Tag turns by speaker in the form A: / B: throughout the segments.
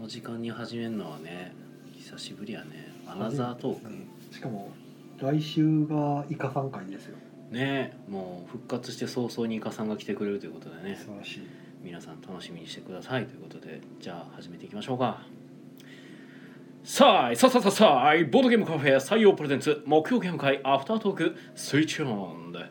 A: の時間に始めるのはね久しぶりやねアナザートーク
B: うんしかも来週がイカさん会ですよ
A: ねもう復活して早々にイカさんが来てくれるということでね
B: 素晴らしい
A: 皆さん楽しみにしてくださいということでじゃあ始めていきましょうかさあいさあさあさあさあいボードゲームカフェ採用プレゼンツ木曜ゲーム会アフタートークスイッチオンで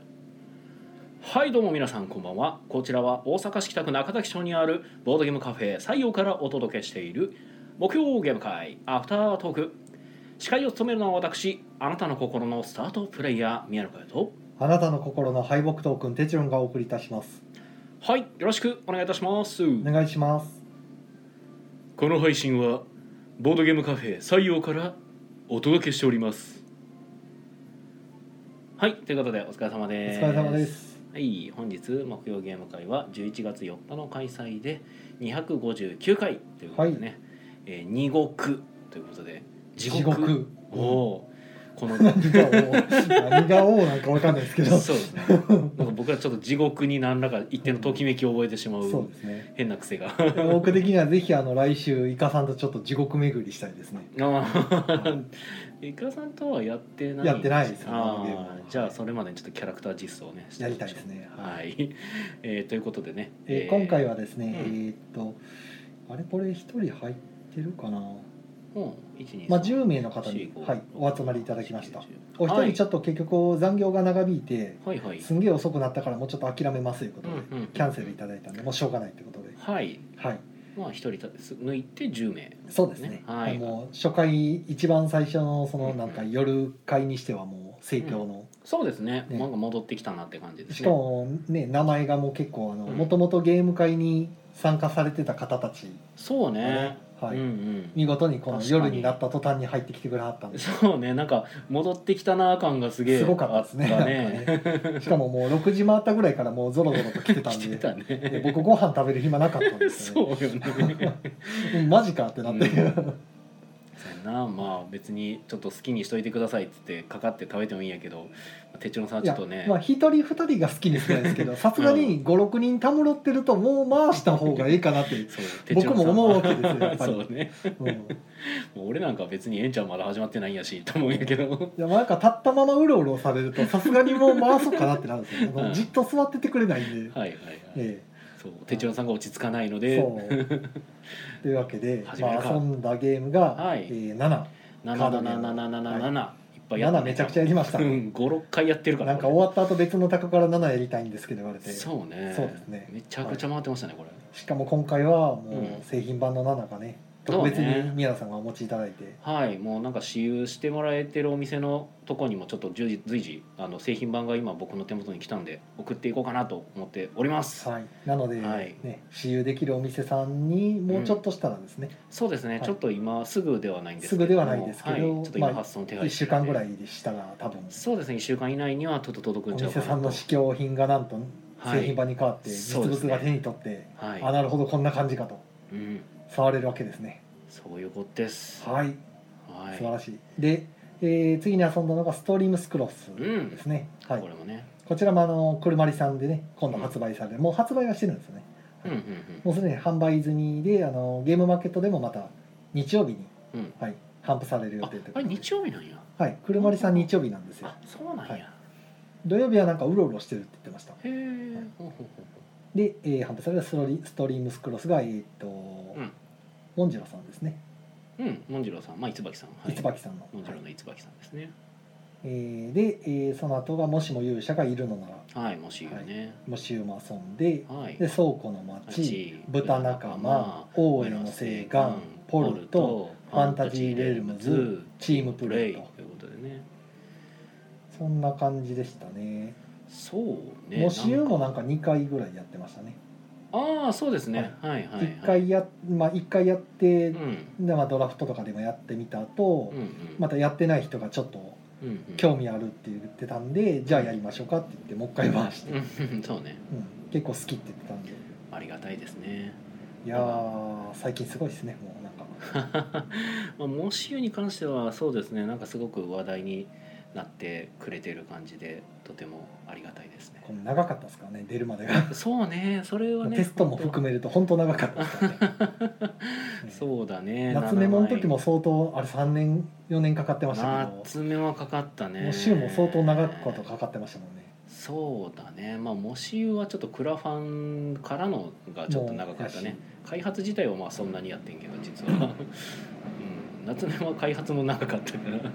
A: はいどうも皆さんこんばんはこちらは大阪市北区中崎町にあるボードゲームカフェ採用からお届けしている木曜ゲーム会アフタートーク司会を務めるのは私あなたの心のスタートプレイヤー宮野佳代と
B: あなたの心の敗北トークンテチロンがお送りいたします
A: はいよろしくお願いいたします
B: お願いします
A: この配信はボードゲームカフェ採用からお届けしておりますはいということでお疲れ様
B: お
A: です
B: 疲れ様です
A: はい本日木曜ゲーム会は11月4日の開催で259回ということでね、えー二国ということで地獄おおーこの
B: 何が王何が王なんかわかんないです けど
A: そうですねなんか僕はちょっと地獄に何らか一定のときめきを覚えてしまう
B: そうですね
A: 変な癖が
B: 僕的にはぜひあの来週イカさんとちょっと地獄巡りした いですね
A: ああイカさんとはやってない
B: やってないですね
A: あ
B: ゲームは
A: あじゃあそれまでにちょっとキャラクター実装をねして
B: やりたいですね
A: はい、 えーということでね、
B: えー今回はですね、
A: うん
B: えーっとあれこれ一人入ってるかな
A: もう1 2
B: まあ10名の方に、はい、お集まりいただきましたお一
A: は
B: 人
A: い
B: ちょっと結局残業が長引いて、
A: はいはい
B: すんげえ遅くなったからもうちょっと諦めますということで、
A: うんうん
B: キャンセルいただいたんでもうしょうがないということで
A: はい
B: はい
A: まあ一人たす抜いて10名
B: そうですね
A: はい
B: もう初回一番最初のそ
A: うん
B: の
A: うん
B: なんか夜会にしてはもう盛況の、
A: そうですね
B: ね
A: なんか戻ってきたなって感じですね
B: しかもね名前がもう結構あの
A: うん
B: もともとゲーム会に参加されてた方たち
A: そう
B: が
A: ね、
B: はい
A: うんうん
B: 見事にこの
A: 確かに
B: 夜になった途端に入ってきてくれはったんです
A: そうねなんか戻ってきたな感がすげえ
B: すごかったですね
A: あ
B: なん しかももう6時回ったぐらいからもうゾロゾロと来てた
A: 来
B: んで
A: てたね
B: で僕ご飯食べる暇なかったんで す
A: そ
B: よ、
A: うよね
B: ね、マジかってなって、
A: うんそうやなまあ別にちょっと好きにしといてくださいっつってかかって食べてもいいんやけど手帳さんはちょっと
B: い
A: ね
B: やまあ、1人2人が好きにするんですけどさすがに56人たむろってるともう回した方がいいかなっていう、
A: そう
B: 僕も思うわけですよ
A: 手帳さんは
B: やっぱり
A: そうね
B: うん、い
A: もう俺なんか別にえんちゃんまだ始まってないんやしと思うんやけ ど
B: やなんか立ったままうろうろされるとさすがにもう回そうかなってなるんですよ、もうじっと座っててくれないんで、
A: はいはいはい、
B: え
A: そう手帳さんが落ち着かないの
B: え
A: で
B: そうというわけで、
A: 始める
B: ま
A: か
B: あ、遊んだゲームが、
A: はい
B: えー、7
A: 77777、い、っぱいや
B: 7めちゃくちゃやりました
A: うん56回やってるから
B: なんか終わった後別の高から7やりたいんですけど言われてし
A: そうね
B: そうですね
A: めちゃくちゃ回ってましたね、これ
B: かも今回は
A: う
B: も
A: ん
B: う製品版の7がね
A: そうね
B: 特別に宮野さんがお持ちいただいて、
A: はい、もうなんか私有してもらえてるお店のとこにもちょっと随時随時あの製品版が今僕の手元に来たんで送っていこうかなと思っております、
B: はい、なので、
A: はい
B: ね、私有できるお店さんにもうちょっとしたらですね、
A: そうですね、
B: はい
A: ちょっと今すぐではないんですけど
B: すぐではないですけど
A: はいちょっと今
B: まあ
A: 発送の手
B: 一
A: 配
B: 1週間ぐら
A: い
B: いでしたら多分
A: そうですね1週間以内にはちょっと届
B: お
A: くんちゃうか
B: 店
A: なと
B: さんの試供品がなんと
A: はい
B: 製品版に変わって実
A: そうです
B: 物
A: ね
B: が手に取って、
A: はい、
B: あなるほどこんな感じかと
A: うん、
B: 触れるわけですね
A: そういうことです
B: はい
A: はい
B: 素晴らしいで、えー次に遊んだのがストリームスクロスですね、は
A: こ
B: い、
A: れもね
B: こちらもあの車りさんでね今度発売されるもう発売はしてるんですよね
A: うんうん
B: もうすでに販売済みであのゲームマーケットでもまた日曜日に、
A: うんうん
B: はい、販布される予
A: あ
B: 定と
A: あ
B: いうこ
A: れ
B: とで
A: 日曜日なんや
B: はい、車りさん日曜日なんですよ
A: あそうなんや、
B: はい土曜日はなんかうろうろしてるって言ってました
A: へえ、ほうほうほう
B: で、えー、販売されたストリストリームスクロスがえーっと、
A: ん
B: モンジロさんですね
A: ほううんモンジローさんまあ椿さんはい
B: 椿、ばきさんの、
A: モンジ
B: は
A: ロ
B: い
A: ーの椿さんですね
B: えーで、えーその後がもしも勇者がいるのなら
A: はいもし言うね
B: もしも遊んで
A: はい
B: で倉庫の町豚仲間大江の誓願ポルトファンタジーレールムズチームプレイと
A: ということでね
B: そんな感じでしたね
A: そうね
B: もしゆうもなんか2回ぐらいやってましたね
A: ああそうですねはいはいはい
B: 1回や,、まあ、一回やって、
A: うん
B: でまあ、ドラフトとかでもやってみた後、
A: うんうん
B: またやってない人がちょっと
A: うんうん
B: 興味あるって言ってたんで、じゃあやりましょうかって言ってもう一回回して、うん
A: うんそうね
B: 結構好きって言ってたんで
A: ありがたいですね
B: いやー最近すごいですねもうなんか
A: まあもし言うに関してはそうですねなんかすごく話題になってくれてる感じでとてもありがたいですね
B: これ長かったですからね出るまでが
A: そうねそれはね
B: テストも含めると本当長かったですからね ね
A: そうだね
B: 夏メモの時も相当あれ3年4年かかってましたけ
A: 夏目はかかったね
B: どもう週も相当長くことかかってましたもんね
A: そうだねまあ模試はちょっとクラファンからのがちょっと長かったね開発自体はまあそんなにやってんけど実はうん夏目は開発も長かったから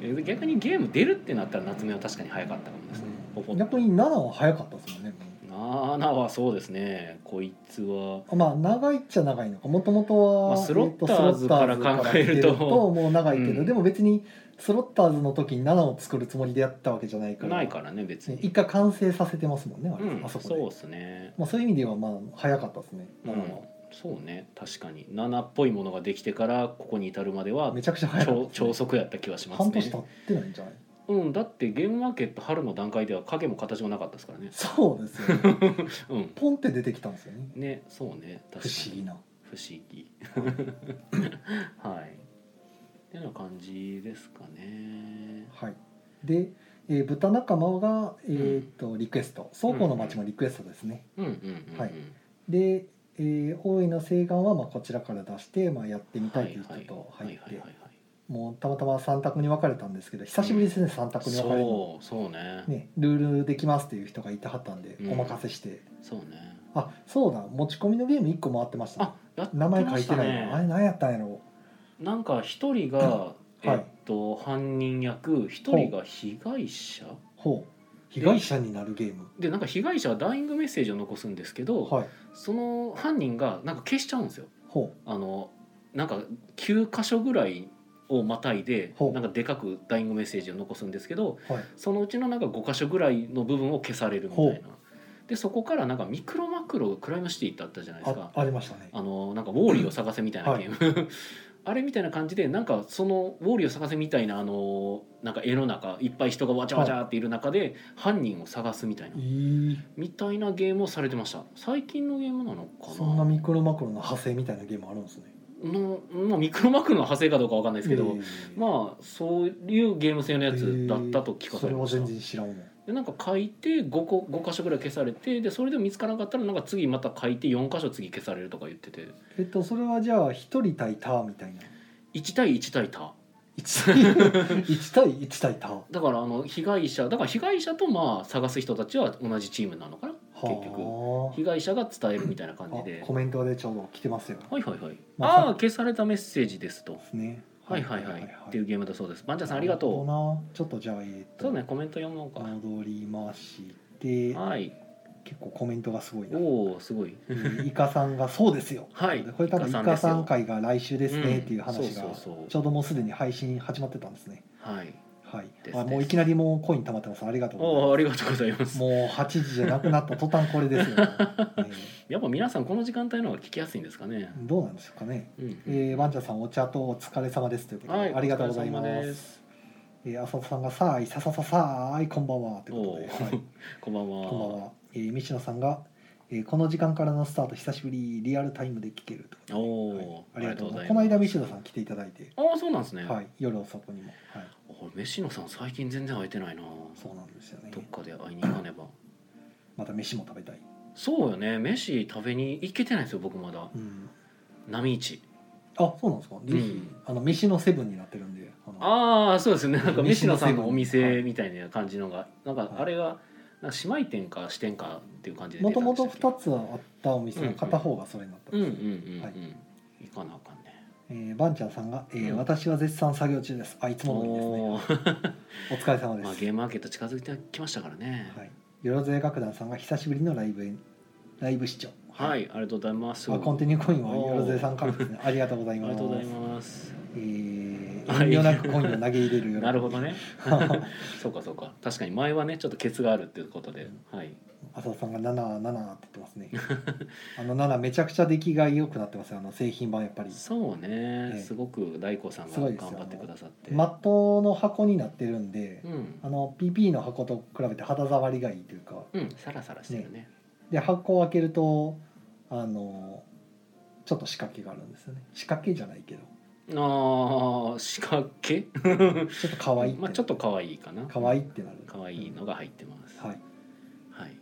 A: え逆にゲーム出るってなったら夏目は確かに早かったかもですね、ほぼ
B: 逆に7は早かったですもんねもう
A: 7はそうですねこいつは
B: あまあ長いっちゃ長いのかもともと
A: まあ
B: は
A: スロッターズから考えると
B: スロッターズから見てもう長いけど、
A: うん
B: でも別にスロッターズの時に7を作るつもりでやったわけじゃないから
A: ないからね別
B: ね
A: に、
B: 一回完成させてますもんねあれ、
A: うん、
B: あそこで
A: そうですね
B: まあ、そういう意味ではまあ早かったですね、
A: う
B: 7
A: ん
B: は
A: そうね確かに7っぽいものができてからここに至るまでは
B: めちゃくちゃ早か
A: 超
B: ったですね、
A: 超速やった気はしますね
B: 半年経ってないんじゃない
A: うん、だってゲームマーケット春の段階では影も形もなかったですからね。
B: そうですよ、 ね、
A: うん、
B: ポンって出てきたんですよね
A: ね、そうね、
B: 不思議
A: な。
B: な
A: 不思議。 はい。ってな感じですかね。
B: はいで、えー、豚仲間が、えー、とリクエスト倉庫の町もリクエストですね、
A: うんうんうん、うん。
B: はいで、えー、大井の請願はまあこちらから出して、まあ、やってみたいという人と
A: はいは
B: 入
A: い
B: っ
A: はい
B: て
A: はい。
B: もうたまたま3択に分かれたんですけど久しぶりですね3択に分かれるの、
A: そう、そうね。
B: ね、ルールできますっていう人がいてはったんで
A: うん
B: お任せして、
A: そうね。
B: あそうだ持ち込みのゲーム1個回ってましたね、
A: あ、やって
B: 名
A: ま
B: 前書い
A: してた
B: ないの、あれ
A: ね。
B: 何やったんやろ
A: なんか一人が、
B: うんはい
A: えっと、犯人役、一人が被害者。
B: うほう被害者になるゲーム
A: でなんか被害者はダイイングメッセージを残すんですけど、
B: はい
A: その犯人がなんか消しちゃうんですよ
B: ほ
A: あのなんか9箇所ぐらいをまたいで
B: ほう
A: なんかでかくダイイングメッセージを残すんですけど
B: うはい
A: そのうちのなんか5箇所ぐらいの部分を消されるみたいなでそこからなんかミクロマクロクライムシティってあったじゃないです
B: あ
A: か
B: ありましたね
A: あのなんかウォーリーを探せみたいなゲーム、 あれみたいな感じでなんかそのウォーリーを探せみたいなあのなんか絵の中いっぱい人がわちゃわちゃっている中で犯人を探すみたいな
B: えー、
A: みたいなゲームをされてました最近のゲームなのかな
B: そんなミクロマクロの派生みたいなゲームあるんですね
A: の、まあ、ミクロマクロの派生かどうかわかんないですけど、
B: あ
A: まあそういうゲーム性のやつだったと聞かされました、
B: それは全然知らんわ
A: でなんか書いて 5, 個5箇所ぐらい消されてでそれでも見つからなかったらなんか次また書いて4箇所次消されるとか言ってて
B: えっとそれはじゃあ一人対ターみ たいな
A: 1対1対他
B: 1一対1対ターは
A: だからあの被害者だから被害者とまあ探す人たちは同じチームなのかな結局被害者が伝えるみたいな感じで
B: あコメントでちょうど来てますよ
A: はいはいはい、
B: ま
A: あ
B: あ、
A: あ消されたメッセージですと
B: ですね
A: はいはいはい、っていうゲームだそうですバンチャーさんありがとう
B: なるほどなちょっとじゃあえーっと
A: そうねコメント読もうか、
B: 戻りまして
A: はい
B: 結構コメントがすごいな
A: おおすごい
B: えーイカさんが「そうですよ」
A: はい
B: これ多分イカさん会が来週です
A: うん
B: ねっていう話
A: そ
B: が
A: うそうそう
B: ちょうどもうすでに配信始まってたんですね
A: はい
B: はい
A: です
B: あも
A: で
B: う
A: す
B: いきなりもうコイン溜まってますありがとうござい
A: お
B: ま
A: おありがとうございますす
B: もう8時じゃなくなった途端これですよ、 ね
A: やっぱ皆さんこの時間帯の方が聞きやすいんですかね。
B: どうなんでしょうかね
A: うんうん
B: えー、ワンちゃんさんお茶とお疲れ様ですということで、
A: はい
B: ありがとうございま。
A: お疲れ様です
B: えー、浅田さんがさあいささささあいこんばんはということで、
A: お
B: はい、
A: こんばんは。
B: こんばんは。えー、西野さんが、えー、この時間からのスタート久しぶりリアルタイムで聞けるということで。
A: おお、
B: はい、ありがとうございま
A: こ
B: す。こ
A: の
B: の間
A: 間
B: 西野さん来ていただいて、
A: ああそうなんですね。
B: はい、夜遅くにも、はい、
A: おい飯野さん最近全然会えてないな。
B: そうなんですよね
A: ど。っかで会いに行かねば。
B: また飯も食べたい。
A: そうよね。飯食べに行けてないんですよ僕まだ。
B: うん。
A: 波市。
B: あ、そうなんですか。ぜひ、あの飯のセブンになってるんで、あの
A: ああそうですね。なんか飯
B: 飯
A: 野
B: 野
A: さ
B: さ
A: ん
B: ん
A: の
B: の
A: お
B: お
A: 店
B: 店
A: みたいな感じのがなんかあれがなんか姉妹店か支店かっていう感じで出
B: も
A: たん
B: と
A: で
B: も
A: した
B: と
A: っけ。
B: 二つあったお店の片方がそれになったんです
A: うん
B: よ
A: うんうんうん。
B: はい
A: 行かなあかんね。
B: えー、バンちゃんさんが、えー
A: うん
B: 私は絶賛作業中です。あ、いつも通りですね。
A: おー
B: お疲れ様です。
A: まあゲームマーケット近づいてきましたからね。
B: はい。よろずや楽団さんが久しぶりのライブへライブ視聴。
A: はい、ありがとうございます。
B: あ、コンティニューコインは
A: おー
B: よろずやさんからで すね。ありがとうござい
A: あり
B: ます。
A: がとうございます。
B: えー
A: はい
B: 遠慮なくコインを投げ入れるよ。
A: な るほど。ね。 そうかそうか。確かに前はね、ちょっとケツがあるっていうことで、はい。
B: 浅田さんが七七って言ってま すね。あの七めちゃくちゃ出来が良くなってますよ。あの製品版やっぱり。
A: そうね、
B: ええ
A: すごく大光さんが
B: すごいですよ
A: 頑張ってくださって。
B: マットの箱になってるんで
A: う、ん
B: あ、の PP の箱と比べて肌触りがいいというか。
A: うん、サラサラしてるね。
B: で箱を開けるとあのちょっと仕掛けがあるんですよね仕掛けじゃないけど
A: ああ仕掛け
B: ちょっと可愛いって、
A: まあちょっと可愛いかな
B: 可愛いってなる
A: 可愛いのが入ってます、
B: はい、
A: はい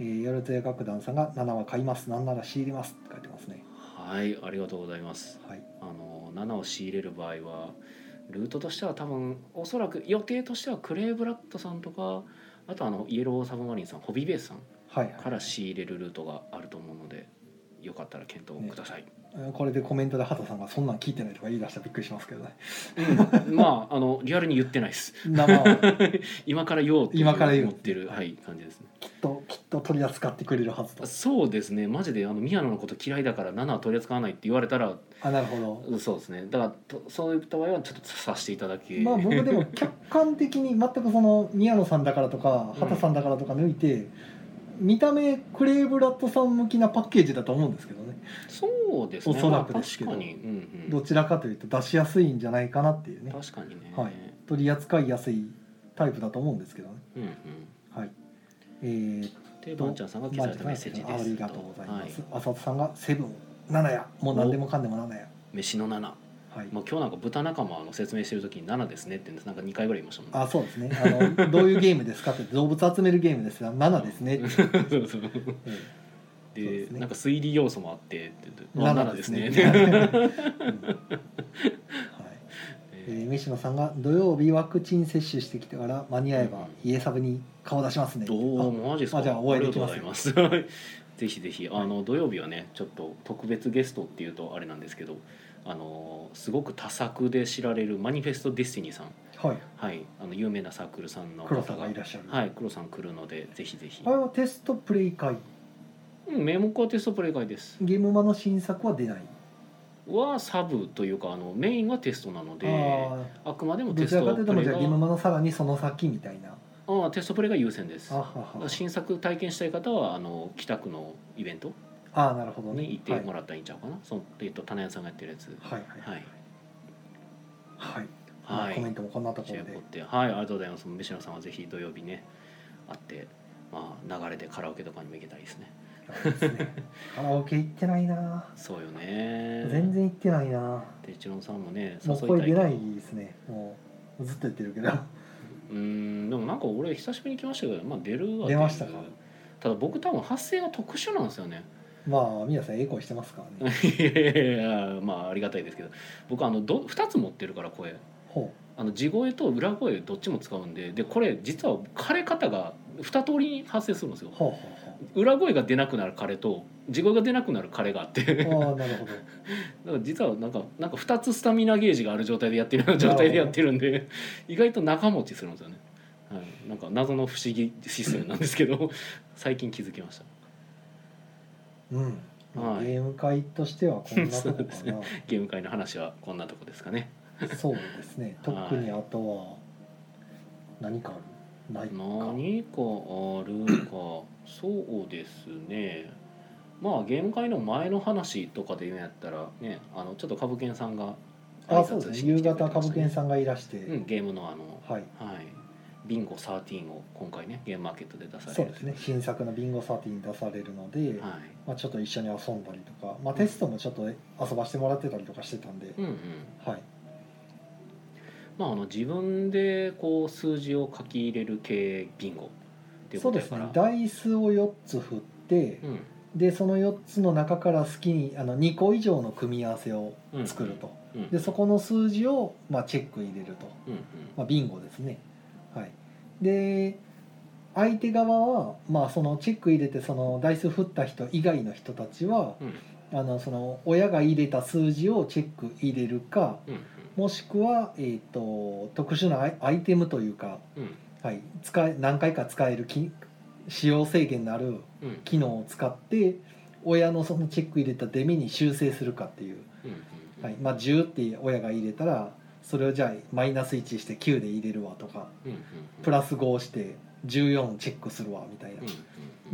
B: えー、よろずや楽団さんが7は買いますなんなら仕入れますって書いてますね
A: はいありがとうございます
B: はい
A: あの7を仕入れる場合はルートとしては多分おそらく予定としてはクレイブラッドさんとかあとあのイエローサブマリンさんホビーベースさん
B: はいはい
A: から仕入れるルートがあると思うのでよかったら検討ください、
B: うんこれでコメントで畑さんがそんなん聞いてないとか言い出したらびっくりします けどね
A: うんまああのリアルに言ってないです
B: 生をきっ
A: 今から言おうっていう
B: 今から言おう
A: 思ってる、はい、感じですね
B: ときっと取り扱ってくれるはずと
A: そうですねマジであの宮野のこと嫌いだから7は取り扱わないって言われたら
B: あなるほど
A: うんそうですねだからとそういった場合はちょっとさせていただき
B: まあ僕でも客観的に全くその宮野さんだからとか
A: うん
B: 畑さんだからとか抜いて見た目クレイブラッドさん向きなパッケージだと思うんですけどね
A: そうですね
B: おそらくですけど
A: まあ確かに、うんうん、
B: どちらかというと出しやすいんじゃないかなっていうね
A: 確かにね、
B: はい取り扱いやすいタイプだと思うんですけどね
A: うんうん、
B: はいえー、
A: でボンちゃんさんが記
B: まあ
A: 載したメッセージです
B: ありがとうございます
A: は
B: 浅田さんが「セブン7やもう何でもかんでも7や
A: い、飯の7」
B: はい
A: まあ、今日なんか豚仲間の説明してる時に「7ですね」ってなんか2回ぐらい言いましたもんね
B: あそうですねあのどういうゲームですかって動物集めるゲームですが7で すねって、
A: そうそうで
B: ええそうですね
A: なんか推理要素もあってって言って「
B: 7
A: 7
B: で
A: ですす
B: ね。
A: ね」
B: うんはいえ
A: え
B: ー、飯野さんが土曜日ワクチン接種してきてから間に合えば家サブに顔出しますね。
A: ーどう
B: あ
A: もマジですか
B: あじゃあお会いできます
A: ありがとうございます ぜひぜひあの土曜日はねちょっと特別ゲストっていうとあれなんですけどあのすごく多作で知られるマニフェスト・ディスティニーさん
B: はい。
A: はいあの有名なサークルさんの
B: 黒
A: 方
B: さん
A: が
B: がいらっしゃる。
A: はい、黒さん来るので、ぜひぜひ
B: あ。れはテストプレイ会。
A: うん名目はテストプレイ会です。
B: ゲームマの新作は出ない。
A: はサブというか、あのメインはテストなので、
B: あ
A: あくまで
B: あ。
A: も
B: ど
A: テ
B: ち
A: ス
B: ら
A: ト
B: かという
A: プ
B: とも
A: レ
B: う
A: イ
B: じゃあゲーム
A: が。
B: マのさらにその先みたいな。
A: ああ、テストプレイが優先です
B: あ。はは
A: 新作体験したい方は、あの北区のイベント
B: ああなるほどね。
A: に行っても
B: ら
A: らったらいいんちゃうかな。その、えっと、棚屋さんがやってるやつ。
B: はいはいはい
A: はい。
B: はい。ま
A: は
B: あコメン
A: い。
B: トもこんなとこ
A: とい
B: ろ
A: うこ
B: で。
A: とではい、ありがとうございます。飯野さんはぜひ土曜日ね。会って。まあ、流れでカラオケとかにも行けたらいいですね。
B: ですねカラオケ行ってないな。
A: そうよね。
B: 全。然行ってないな。
A: てちろんさんもね。
B: もう
A: 誘い
B: 声
A: たいけ
B: 出
A: ど
B: ないですね。もうずっと言ってるけ ど。
A: うーんでもなんか俺久しぶりに来ましたけど、まあ、出るわ
B: 出ましたか
A: ただ僕多分発声が特殊なんですよね
B: まあ皆さんええ声してますからね。
A: いやいやいやまあありがたいですけど僕あのど2つ持ってるから声
B: ほ
A: あの地声と裏声どっちも使うんででこれ実は枯れ方が2通り発生するんですよ
B: うほうほ
A: 裏声が出なくなる枯れと地声が出なくなる枯れがあって だ
B: う
A: か
B: ほう。ああなるほど。
A: ら実はなんかなんか2つスタミナゲージがある状態でやってるような状態でやってるんで 意外と仲持ちするんですよね、はい、なんか謎の不思議システムなんですけど最近気づきました
B: うん。
A: はい
B: ゲーム会としてはこんなとこかな。
A: ゲーム会の話はこんなとこですかね。
B: そうですね。特にあとは何かあるないか。
A: 何かあるか、そうですね。まあゲーム会の前の話とかで言うんやったらね、あのちょっと株券さんが
B: あそうですね。夕方株券
A: ん。
B: さんがいらして。
A: うん、ゲームのあの
B: はい。
A: はい、ビンゴ13を今回ねゲームマーケットで出さ
B: そ
A: れ
B: う
A: る
B: ですね。新作のビンゴサーティン出されるので。
A: はい。
B: まあ、ちょっと一緒に遊んだりとか、まあ、テストもちょっと遊ばしてもらってたりとかしてたんで、
A: うんうん。
B: はい、
A: まああの自分でこう数字を書き入れる系ビンゴっていう
B: そ
A: こと
B: う
A: や
B: です
A: か
B: ね
A: ら。
B: ダイスを4つ振って、
A: うん
B: でその4つの中から好きにあの2個以上の組み合わせを
A: うん
B: 作ると、
A: うん
B: でそこの数字を、まあ、チェック入れると、
A: うんうん
B: まあ、ビンゴですね、はい、で相手側は、まあ、そのチェック入れてそのダイス振った人以外の人たちは
A: うん
B: あのその親が入れた数字をチェック入れるか
A: うん
B: もしくは、えー、と特殊なアイアイテムというか、
A: うんうん
B: はい、使え何回か使えるき使用制限のある
A: うん
B: 機能を使って親のそのチェック入れた出目に修正するかっていう、
A: うんうん
B: はいまあ、10って親が入れたらそれをじゃあマイナス1して9で入れるわとか
A: うんうんうん
B: プラス5して14チェックするわみたいな
A: うんうん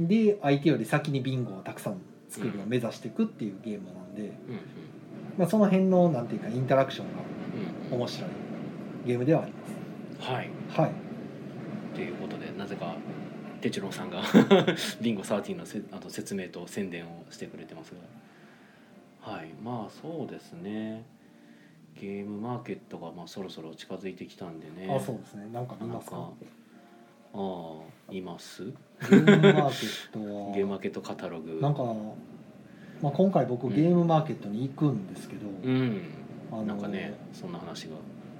A: うん
B: で相手より先にビンゴをたくさん作るのを目指していくっていうゲームなんで、
A: うん
B: まあ、その辺のなんていうかインタラクションが
A: うんうん
B: 面白いゲームではありま
A: はい
B: す。はい
A: ということでなぜか哲郎さんがビンゴ13のせあの説明と宣伝をしてくれてますがはいまあそうですねゲームマーケットがまあそろそろ近づいてきたんでね
B: あそうですねなんか見ます か
A: ああいます
B: ゲームマーケットは
A: ゲームマーケットカタログ
B: なんか、まあ、今回僕
A: うん
B: ゲームマーケットに行くんですけど、
A: うん
B: あの
A: なんかねそんな話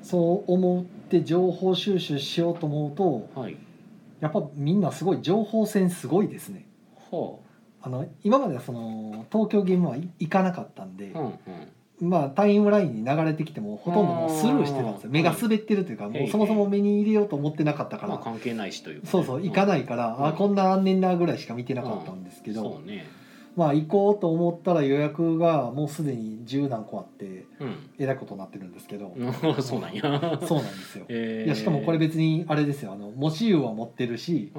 B: そう思って情報収集しようと思うと
A: がはい
B: やっぱみんなすごい情報戦すごいですね
A: は
B: あの今まではその東京ゲームはい行かなかったんで
A: あ、うんうん
B: まあタイムラインに流れてきてもほとんどもうスルーしてたん
A: あ
B: です
A: ー
B: よ目が滑ってるというか
A: い
B: もうそもそも目に入れようと思ってなかったか
A: まあ
B: ら
A: 関係ないしというかね、
B: そうそう行かないから、
A: うん
B: あこんなあんねんなぐらいしか見てなかったんですけど、
A: そうね
B: まあ行こうと思ったら予約がもうすでに十何個あって
A: うん
B: えらいことになってるんですけど、
A: うんそうなんや
B: そうなんですよ、
A: えー
B: いやしかもこれ別にあれですよあの持ち湯は持ってるし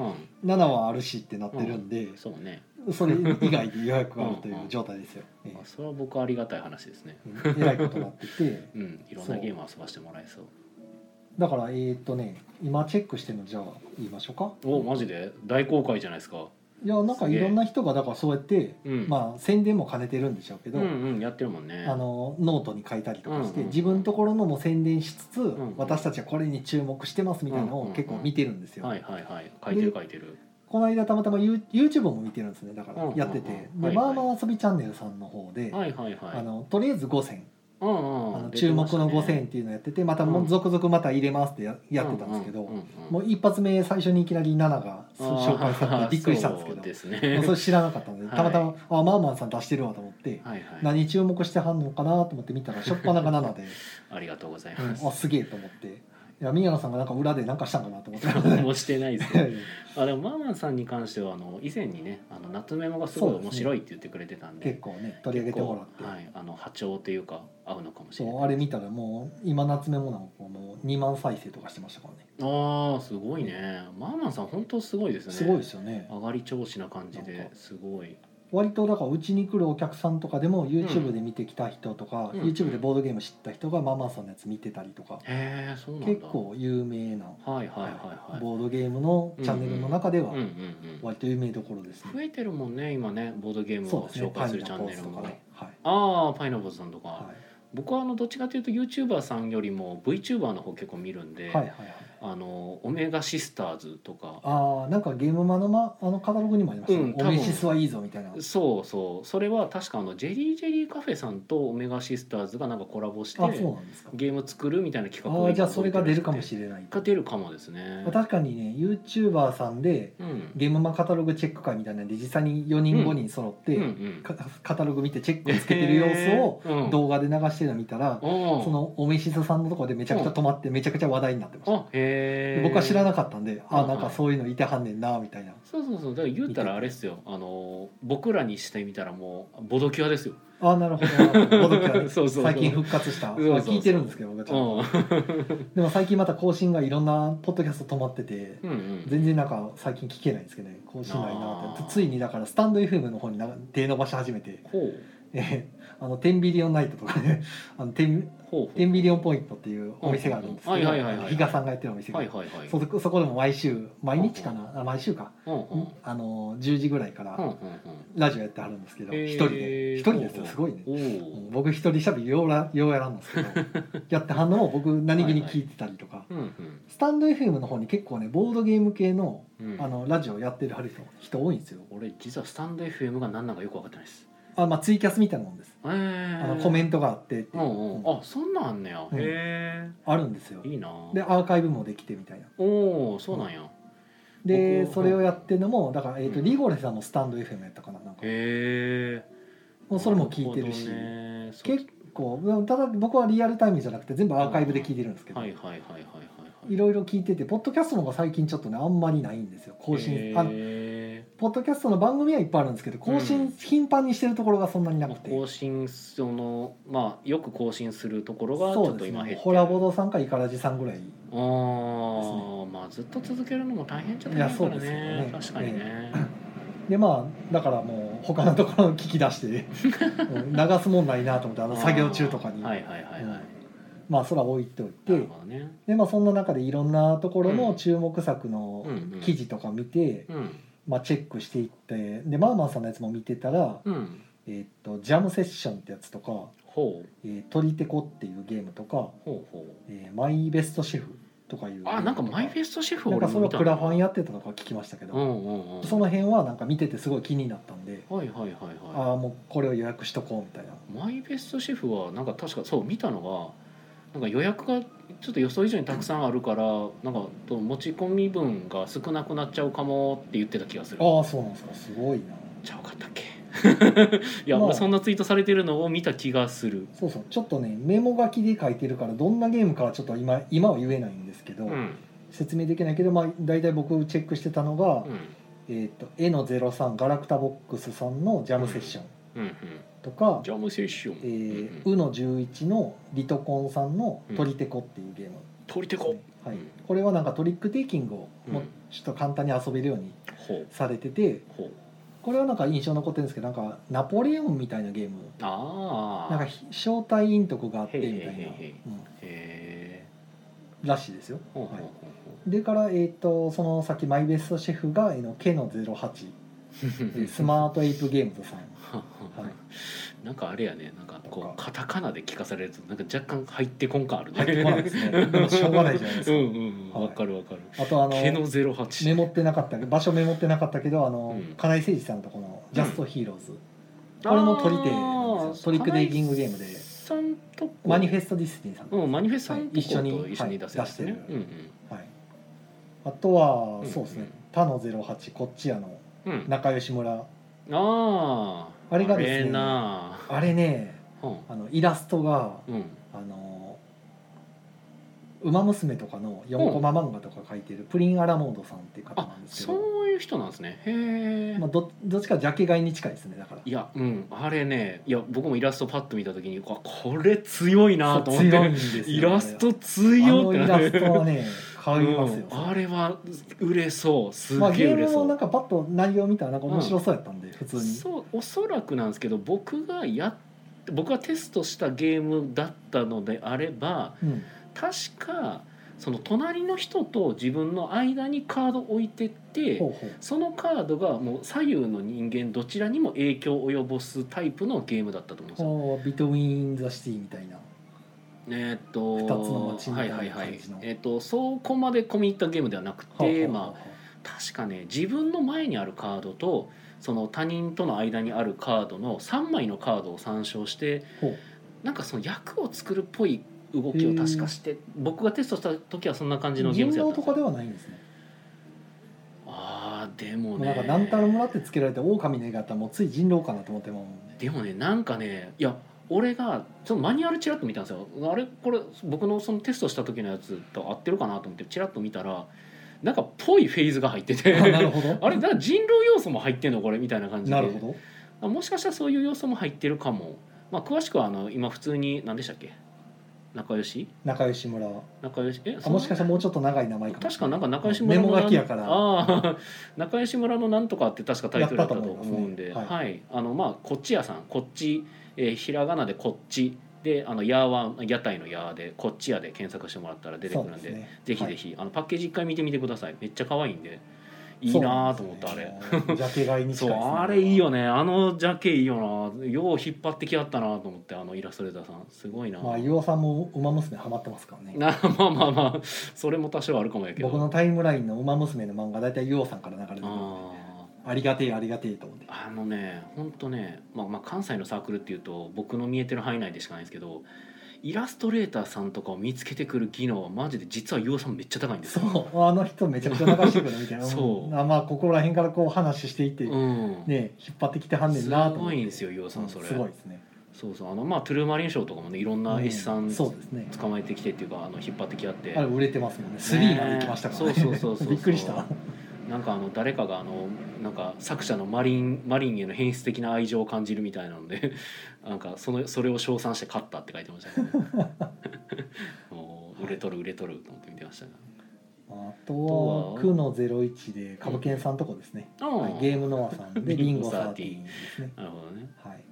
A: う
B: 7はあるしってなってるんで、
A: んそうね
B: それ以外で予約があるとい
A: うんう
B: うん状態ですよ、え
A: あそれは僕ありがたい話ですね
B: ええらいことになってて
A: うんいろんなゲーム遊ばしてもらえそう
B: だからえーっとね今チェックしてるのじゃあ言いましょうか
A: おマジで大公開じゃないですか
B: いやなんか
A: すげ
B: い
A: え
B: ろんな人がだからそうやって、
A: うんあ
B: まあ宣伝も兼ねてるんでしょうけ
A: う
B: ど、
A: んうんやってるもんね
B: あのノートに書いたりとかして、
A: うんうん
B: 自分のところのも宣伝しつつ、
A: ん
B: 私たちはこれに注目してますみたいなの
A: うんうん
B: を
A: うん
B: 結構見てるんですよ、
A: はいはいはい書いてる書いてる
B: この間たまたま You- YouTube も見てるんですねだか
A: うんうん
B: ら
A: うん
B: やってて、
A: はい
B: で
A: は
B: ま
A: い
B: あまあ遊びチャンネルさんの方で、
A: はいはいはい
B: あのとりあえず5000、
A: うんうん
B: あの
A: 出て
B: 注
A: ま
B: 目
A: したね
B: の5000っていうのやっててまたも
A: うん
B: う続々また入れますってややってたんですけ
A: う
B: ど、
A: んうんうんうん
B: もう一発目最初にいきなり7が紹介さ れてびっくりしたんですけ
A: あーそう
B: ど
A: です
B: まあ
A: ね
B: それ知らなかったので
A: はい
B: たまたま、あマーマンさん出してるわと思って、
A: はいはい
B: 何注目してはんのかなと思って見たらしょっぱなが7で、
A: ありがとうございます
B: うん、あすげえと思っていや宮野さんがなんか裏でなんかしたんかな と思って
A: もうしてないですねあでもマーマンさんに関してはあの以前にねあの夏メモがすごい面白いって言ってくれてたんで
B: 結構ね取り上げてもらって、
A: はい、あの波長というか合うのかもし
B: そ
A: れ
B: う
A: ない
B: あれ見たらもう今夏目もなんかもう2万再生とかしてましたからね
A: ああすごいねマーマンさん本当すごいですね
B: すごいですよね
A: 上がり調子な感じで
B: なんか
A: すごい
B: 割とだからうちに来るお客さんとかでも YouTube で見てきた人とか、
A: うん
B: YouTube でボードゲーム知った人がマーマンさんのやつ見てたりとか、
A: へえそうなんだ
B: 結構有名な、
A: はいはいはいはい
B: ボードゲームのチャンネルの中では
A: うんうんうん
B: 割と有名どころですね、
A: 増えてるもんね今ねボードゲーム
B: そ
A: を
B: うですね
A: 紹
B: パ
A: 介
B: ン
A: する
B: ダ
A: チャン
B: ポ
A: ネ
B: ー
A: ル
B: ズと
A: も
B: かねはい
A: ああパイナボーズさんとか、
B: は
A: 僕はあのどっちかというと YouTuber さんよりも VTuber の方結構見るん
B: い
A: で、
B: はいはいはい
A: あのオメガシスターズとか
B: ああなんかゲームマのまあのカタログにもありました
A: うん
B: ね
A: 多
B: オ
A: 分
B: メシスはいいぞみたいな
A: そうそうそれは確かあのジェリージェリーカフェさんとオメガシスターズがなんかコラボして
B: あそうなんですか
A: ゲーム作るみたいな企画
B: ああじゃあそれが出るかも
A: れ
B: しれない
A: ないが出るかもですね
B: 確かにね YouTuber さんで
A: うん
B: ゲームマカタログチェック会みたいなんで実際に4人5人揃っ
A: う
B: て、
A: んうん
B: かカタログ見てチェックつけてる様子を
A: えーうん
B: 動画で流してるの見たら、
A: うん
B: そのおめしずさんのところでめちゃくちゃ止まってめちゃくちゃ話題になってました、
A: あへえ
B: 僕は知ら
A: い
B: なかったんで、
A: は
B: あ
A: い
B: なんかそういうのいてはんねんなみたいな
A: そうそうそうだから言うたらあれですよあの僕らにしてみたらもうボドキュアですよ
B: あなるほどボドキは ね
A: そうそうそう
B: 最近復活し
A: そ
B: た
A: うそうそう
B: 聞いてるんですけど僕はち
A: う
B: ゃんと
A: ん
B: でも最近また更新がいろんなポッドキャスト止まってて
A: うんうん
B: 全然なんか最近聞けないんですけどね更新ないなっ
A: あー
B: てついにだからスタンド FM の方にな手伸ばし始めて
A: ほう
B: えーあのテンビリオンナイトとかねあのテン
A: ほうほう
B: テンビリオンポイントっていうお店があるんですけ
A: はい
B: ど
A: はいはいはい
B: 比嘉さんがやってるお店が、
A: はいはいはい
B: そこそこでも毎週毎日かなあ毎週か、
A: うんうん
B: あの10時ぐらいか
A: う
B: ら、
A: んうんうん
B: ラジオやってはるんですけど、
A: へー
B: 一人で一人です
A: ほうほう
B: よすごいね
A: お
B: うん
A: ー
B: 僕一人しゃべりようらようやらんで すけどやってはんのも僕何気に聞いてたりとか、
A: うんうん
B: スタンド FM の方に結構ねボードゲーム系の
A: うん
B: あのラジオやってる人人多いんですよ
A: 俺実はスタンド FM が何なのかよく分かってないです
B: あ、まあ、ツイキャスみたいなもんです、
A: えー、
B: あのコメ
A: ン
B: ントがあってって
A: う
B: いう、
A: んうん
B: うん
A: あそんなんあんねや、
B: うん
A: へ
B: あるんですよ
A: えいいな
B: でアーカイブもできてみたいな
A: おおそうなんや、
B: で
A: 僕
B: それをやってるのもだから、えーと
A: うん
B: リゴレさんもスタンド FM やったかななんか
A: へえ
B: もうそれも聞いてるし
A: ね、そう
B: 結構うんただ僕はリアルタイムじゃなくて全部アーカイブで聞いてるんですけど、
A: はい
B: い
A: はいはいはいはいはい
B: ろいろ聞いててポッドキャストの方が最近ちょっとねあんまりないんですよ更
A: へ
B: 新あの
A: ー
B: ポッドキャストの番組はいっぱいあるんですけど更
A: うん
B: 新頻繁にしてるところがそんなにな
A: まあ
B: くて、
A: 更新そのまあよく更新するところがち
B: そ
A: ょ
B: う
A: っと
B: です
A: 今減
B: ね
A: って
B: ホラボドさんかイカラジさんぐらい
A: あーまあずっと続けるのも大変じゃない
B: いや
A: か
B: そう
A: ら
B: ですよ
A: ね
B: ね
A: 確かにね、
B: でまあだからもう他のところを聞き出して うん流すもんないなと思ってあの作業中とかに
A: はいはいはいはい、
B: うんまあそら置いておい
A: なる
B: て
A: ほどね
B: で、まあ、そんな中でいろんなところの注目作の
A: うんうん
B: 記事とか見て、
A: うん
B: まあ、チェックしていってでマーマンさんのやつも見てたら、
A: うん
B: えっとジャムセッションってやつとか
A: ほう
B: えー、取りテコっていうゲームとか、
A: ほうほ
B: えーマイベストシェフとかいう
A: うあなんかマイ
B: ェ
A: フェストシェフ
B: なんかそのクラファン
A: や
B: やってたとか聞きましたけど、
A: うんうんうん
B: その辺はなんか見ててすごい気になったんで、
A: はいはいはいは
B: ああもうこれを予約しとこうみたいない
A: マイフェストシェフはなんか確かそう見たのがなんか予約がちょっと予想以上にたくさんあるからなんかと持ち込み分が少なくなっちゃうかもって言ってた気がする
B: ああそうなんですかすごいな
A: ちゃうかったっけ いや、
B: まあ
A: 俺そんなツイートされてるのを見た気がする
B: そうそうちょっとねメモ書きで書いてるからどんなゲームかはちょっと今今は言えないんですけど、
A: うん
B: 説明できないけど、まあ、大体僕チェックしてたのが
A: うん
B: 「えー、と絵の03ガラクタボックス」さんのジャムセッション
A: うんうん
B: とか
A: ジャムセッション、
B: 「えー
A: うんうん
B: うの11のリトコンさんの「トリテコ」っていうゲーム
A: 取り
B: で
A: て
B: す
A: こ
B: ね、はいう
A: うん、
B: これはなんかトリックテイキングをもう
A: うん
B: ちょっと簡単に遊べるように
A: ほう
B: されてて
A: ほう
B: これはなんか印象残ってるんですけどなんかナポレオンみたいなゲーム
A: ああ
B: なんかひ招待員徳があって
A: へいへい
B: みたいな
A: へいへいへ
B: うんらしいですよ
A: ー。ほうほう
B: は
A: ほ
B: いうでから、えー、とその先マイベストシェフが「えーの K の08」
A: ほ
B: で
A: う
B: スマートエイプゲームズさん、はい、
A: なんかあれやねなんか
B: な
A: こ
B: ん
A: うカタカナで聞かされるとなんか若干入ってこん感あるね
B: 入ってこないです ねでもしょうがないじゃないです
A: う
B: か、
A: んうんうん
B: はい
A: わかるわかる
B: あと
A: 「
B: あ
A: 毛の
B: のメ
A: 08」
B: モってなかったけど場所メモってなかったけどあの、
A: うん
B: 金井誠司さんとこの「ジャストヒーローズ」
A: あー
B: これも取り手なんですよトリックデイキングゲームで
A: 金井さんとこ
B: マニフェストディスティニーさん、
A: うんマニフェストさんとこと
B: はい一緒に
A: 一緒に出せるんですね
B: はい出して
A: う
B: る
A: ん
B: はい、あとは、
A: うん
B: そうですね
A: うん
B: 「他の08」こっちやの
A: うんうん
B: 仲良し村
A: ああ
B: あれがですね
A: あれな
B: あれね
A: うん
B: あのイラストが
A: うん
B: あの「ウマ娘」とかの4コマ漫画とか書いてるプリン・アラモードさんっていう方
A: あ
B: なんですけど
A: そういう人なんですねへえ
B: まあ、どどっちかジャケ買いに近いですねだから
A: いやうんあれねいや僕もイラストパッと見た時にうわこれ強いなと思っ
B: 強い
A: て
B: んですよ
A: イラスト
B: あれ
A: 強
B: あの
A: い
B: イ
A: ってな
B: ラストはね買いますよ、
A: うんあれは売れそうす
B: まあ、
A: げ
B: ゲ
A: え
B: ー
A: 売れ
B: ム
A: そ
B: も
A: う、
B: なんかパッと内容見たらなんか面白そうやったんで、普通に
A: そうおそらくなんですけど僕がや僕がテストしたゲームだったのであれば
B: うん、
A: 確かその隣の人と自分の間にカードを置いてって
B: ほうほう
A: そのカードがもう左右の人間どちらにも影響を及ぼすタイプのゲームだったと思うんですよ。
B: ほうビトウィン・ザ・シティみたいな
A: えーっと
B: 二つの街みたいな
A: はいはいは
B: 感
A: い
B: じの
A: えーっとそこまで込み入ったゲームではなくてまあ
B: あ
A: 確かね自分の前にあるカードとその他人との間にあるカードの3枚のカードを参照して
B: ほう
A: なんかその役を作るっぽい動きを確かして僕がテストした時はそんな感じのゲー
B: 人
A: ムだ
B: 狼
A: った
B: と
A: んで
B: か
A: す
B: で
A: よ
B: はないんですね
A: あーで
B: も
A: も
B: う
A: ね
B: なんか何たる村ってつけられて狼の絵があったらもうつい人狼かなと思っても
A: でもねなんかねいや俺がちょっとマニュアルチラッと見たんですよあれこれ僕のそのテストした時のやつと合ってるかなと思ってチラッと見たらなんかぽいフェーズが入ってて
B: あな る
A: あ
B: ほど
A: れだから人狼要素も入ってんのこれみたいな感じで
B: なるほ
A: あもしかしたらそういう要素も入ってるかも、まあ、詳しくはあの今普通に何でしたっけ仲良し
B: ど仲良し村
A: 仲良しえ
B: あもしかしたらもう
A: ち
B: ちょっと長い名前かも
A: 確かなんか仲良し村
B: メ
A: の
B: モ書きやから
A: ああ 仲良し村のなんとかって確かタイトルだったと思うんで
B: やったと思いますね
A: はい、あのまあこっち屋さんこっち、えーひらがなでこっちであのやーは屋台のやーでこっち屋で検索してもらったら出てくるんで
B: ね
A: ぜひぜひ、あのパッケージ一回見てみてくださいめっちゃ可愛いんでいいなーと思った、あれ
B: そうなんですよねジャケ買いに
A: そ
B: 近いうですね
A: あれいいよねあのジャケいいよなよう引っ張ってきやったなと思ってあのイラストレーターさんすごいな、
B: まあ岩尾さんもウマ娘ハマってますからね
A: な まあまあまあそれも多少あるかもやけど
B: 僕のタイムラインの「ウマ娘」の漫画大体ユオさんから流れてくるんで
A: あ
B: ありがてえありがてえと思って
A: ーあのねほんとね、まあ、まあ関西のサークルっていうと僕の見えてる範囲内でしかないんですけどイラストレーターさんとかを見つけてくる技能はマジで実はゆうさんめっちゃ高いんです
B: そ
A: よ
B: うあの人めちゃくちゃ流してくるみたい な
A: そう
B: あまあここら辺からこう話していって、
A: うん
B: ね引っ張ってきてはんねんなと思っ
A: すご
B: て
A: いんですよゆうさんそれ
B: すごいですね
A: そうそうあのまあトゥルーマリン賞とかもねいろんな絵師さ
B: うんそうですね
A: 捕まえてきてっていうかあの引っ張ってき合って
B: あれ売れてますもんね3まで行きましたからね
A: そうそうそうそう
B: びっくりした
A: なんかあの誰かがあのなんか作者のマリンマリンへの変質的な愛情を感じるみたいなので なんかそのそれを称賛して勝ったって書いてましたね もう売れとる売れとると思って見てましたね
B: あとは「くの01」で株券さんとこですね、はい、ゲームノアさんで「リンゴ13」ですね
A: なるほどね
B: はい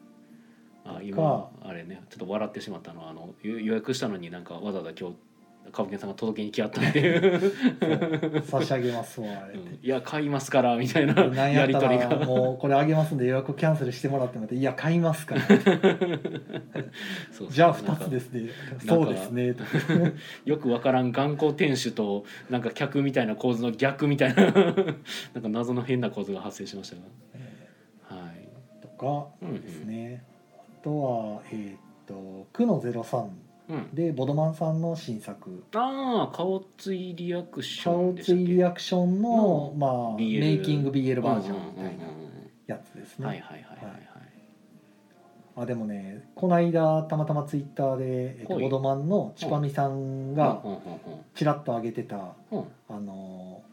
A: あ今あれねちょっと笑ってしまったのはあの予予約したのになんかわざわざ今日歌舞伎さんが届けに来やったって いう
B: そう差し上げますわあれ
A: う
B: っ
A: ん
B: て。
A: いや買いますからみたいな
B: でなん
A: や
B: やっ
A: り
B: た
A: 取りが
B: らもうこれあげますんで予約キャンセルしてもらってもらって「いや買いま すから」って
A: そうそう
B: じゃあ
A: なん
B: 2
A: か
B: つですね」
A: か
B: そうですね」とか
A: よくわからん頑固店主となんか客みたいな構図の逆みたいな なんか謎の変な構図が発生しましたがはい
B: とかですね、あとはえーっと「9の03
A: うん」
B: でボドマンさんの新作
A: ああ顔ついリアクショ
B: 顔
A: ンでし
B: つ
A: たっけ
B: いリアクションの、
A: うん
B: まあ、
A: BL
B: メイキング BL バージョンみたいな
A: うんうんうんうん
B: やつですね、
A: はいはいはいはいは
B: はいあでもねこの間たまたまツイッターで、えっと、
A: はい
B: ボドマンのチュパミさんが
A: うんうんうん
B: ちらっと上げてた、
A: うんうん
B: あの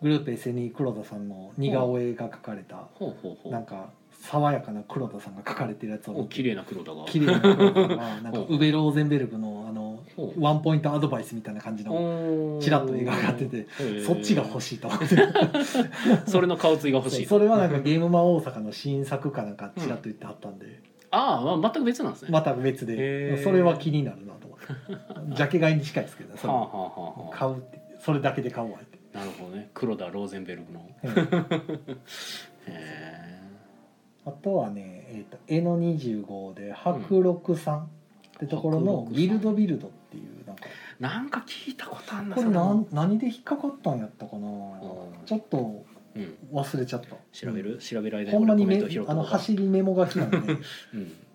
B: グループ SNE 黒田さんの似顔絵が描かれた、
A: ほうほうほう
B: なんか爽やかな黒田さんが描かれてるやつを
A: お
B: 見て
A: 綺麗な黒だが
B: 綺麗な黒田さん がなんか
A: ほう
B: ウベ・ローゼンベルグのあの
A: ほう
B: ワンポイントアドバイスみたいな感じの
A: おー
B: ちらっと絵が上がってて
A: へー
B: そっちが欲しいと思って。
A: それの顔ついが欲しい
B: それはなんかゲームマ大阪の新作かなんかちらっと言ってはったんで、
A: ああま全く別なんですね、
B: また別
A: へー
B: でそれは気になるなと 思ってジャケ買いに近いですけどそ
A: はあはあ
B: れ
A: はあは
B: 買うってそれだけで買おうわって
A: あなるほどね黒田ローゼンベルグの
B: うん
A: へ
B: あとはねえっ、と絵の25で白六さんってところ
A: 白
B: の
A: 六さん
B: ビルドビルドっていうなんか
A: えなんか聞いたことあんな
B: これ
A: その
B: 何何で引っかかったんやったかなちょっと
A: うん、
B: 忘れちゃった
A: 調べる、調べる間に
B: ほんま
A: 俺
B: に
A: コメ
B: め
A: ント拾っ
B: あ
A: とこ
B: の
A: うか
B: 走りメモ書きな んで、
A: うん、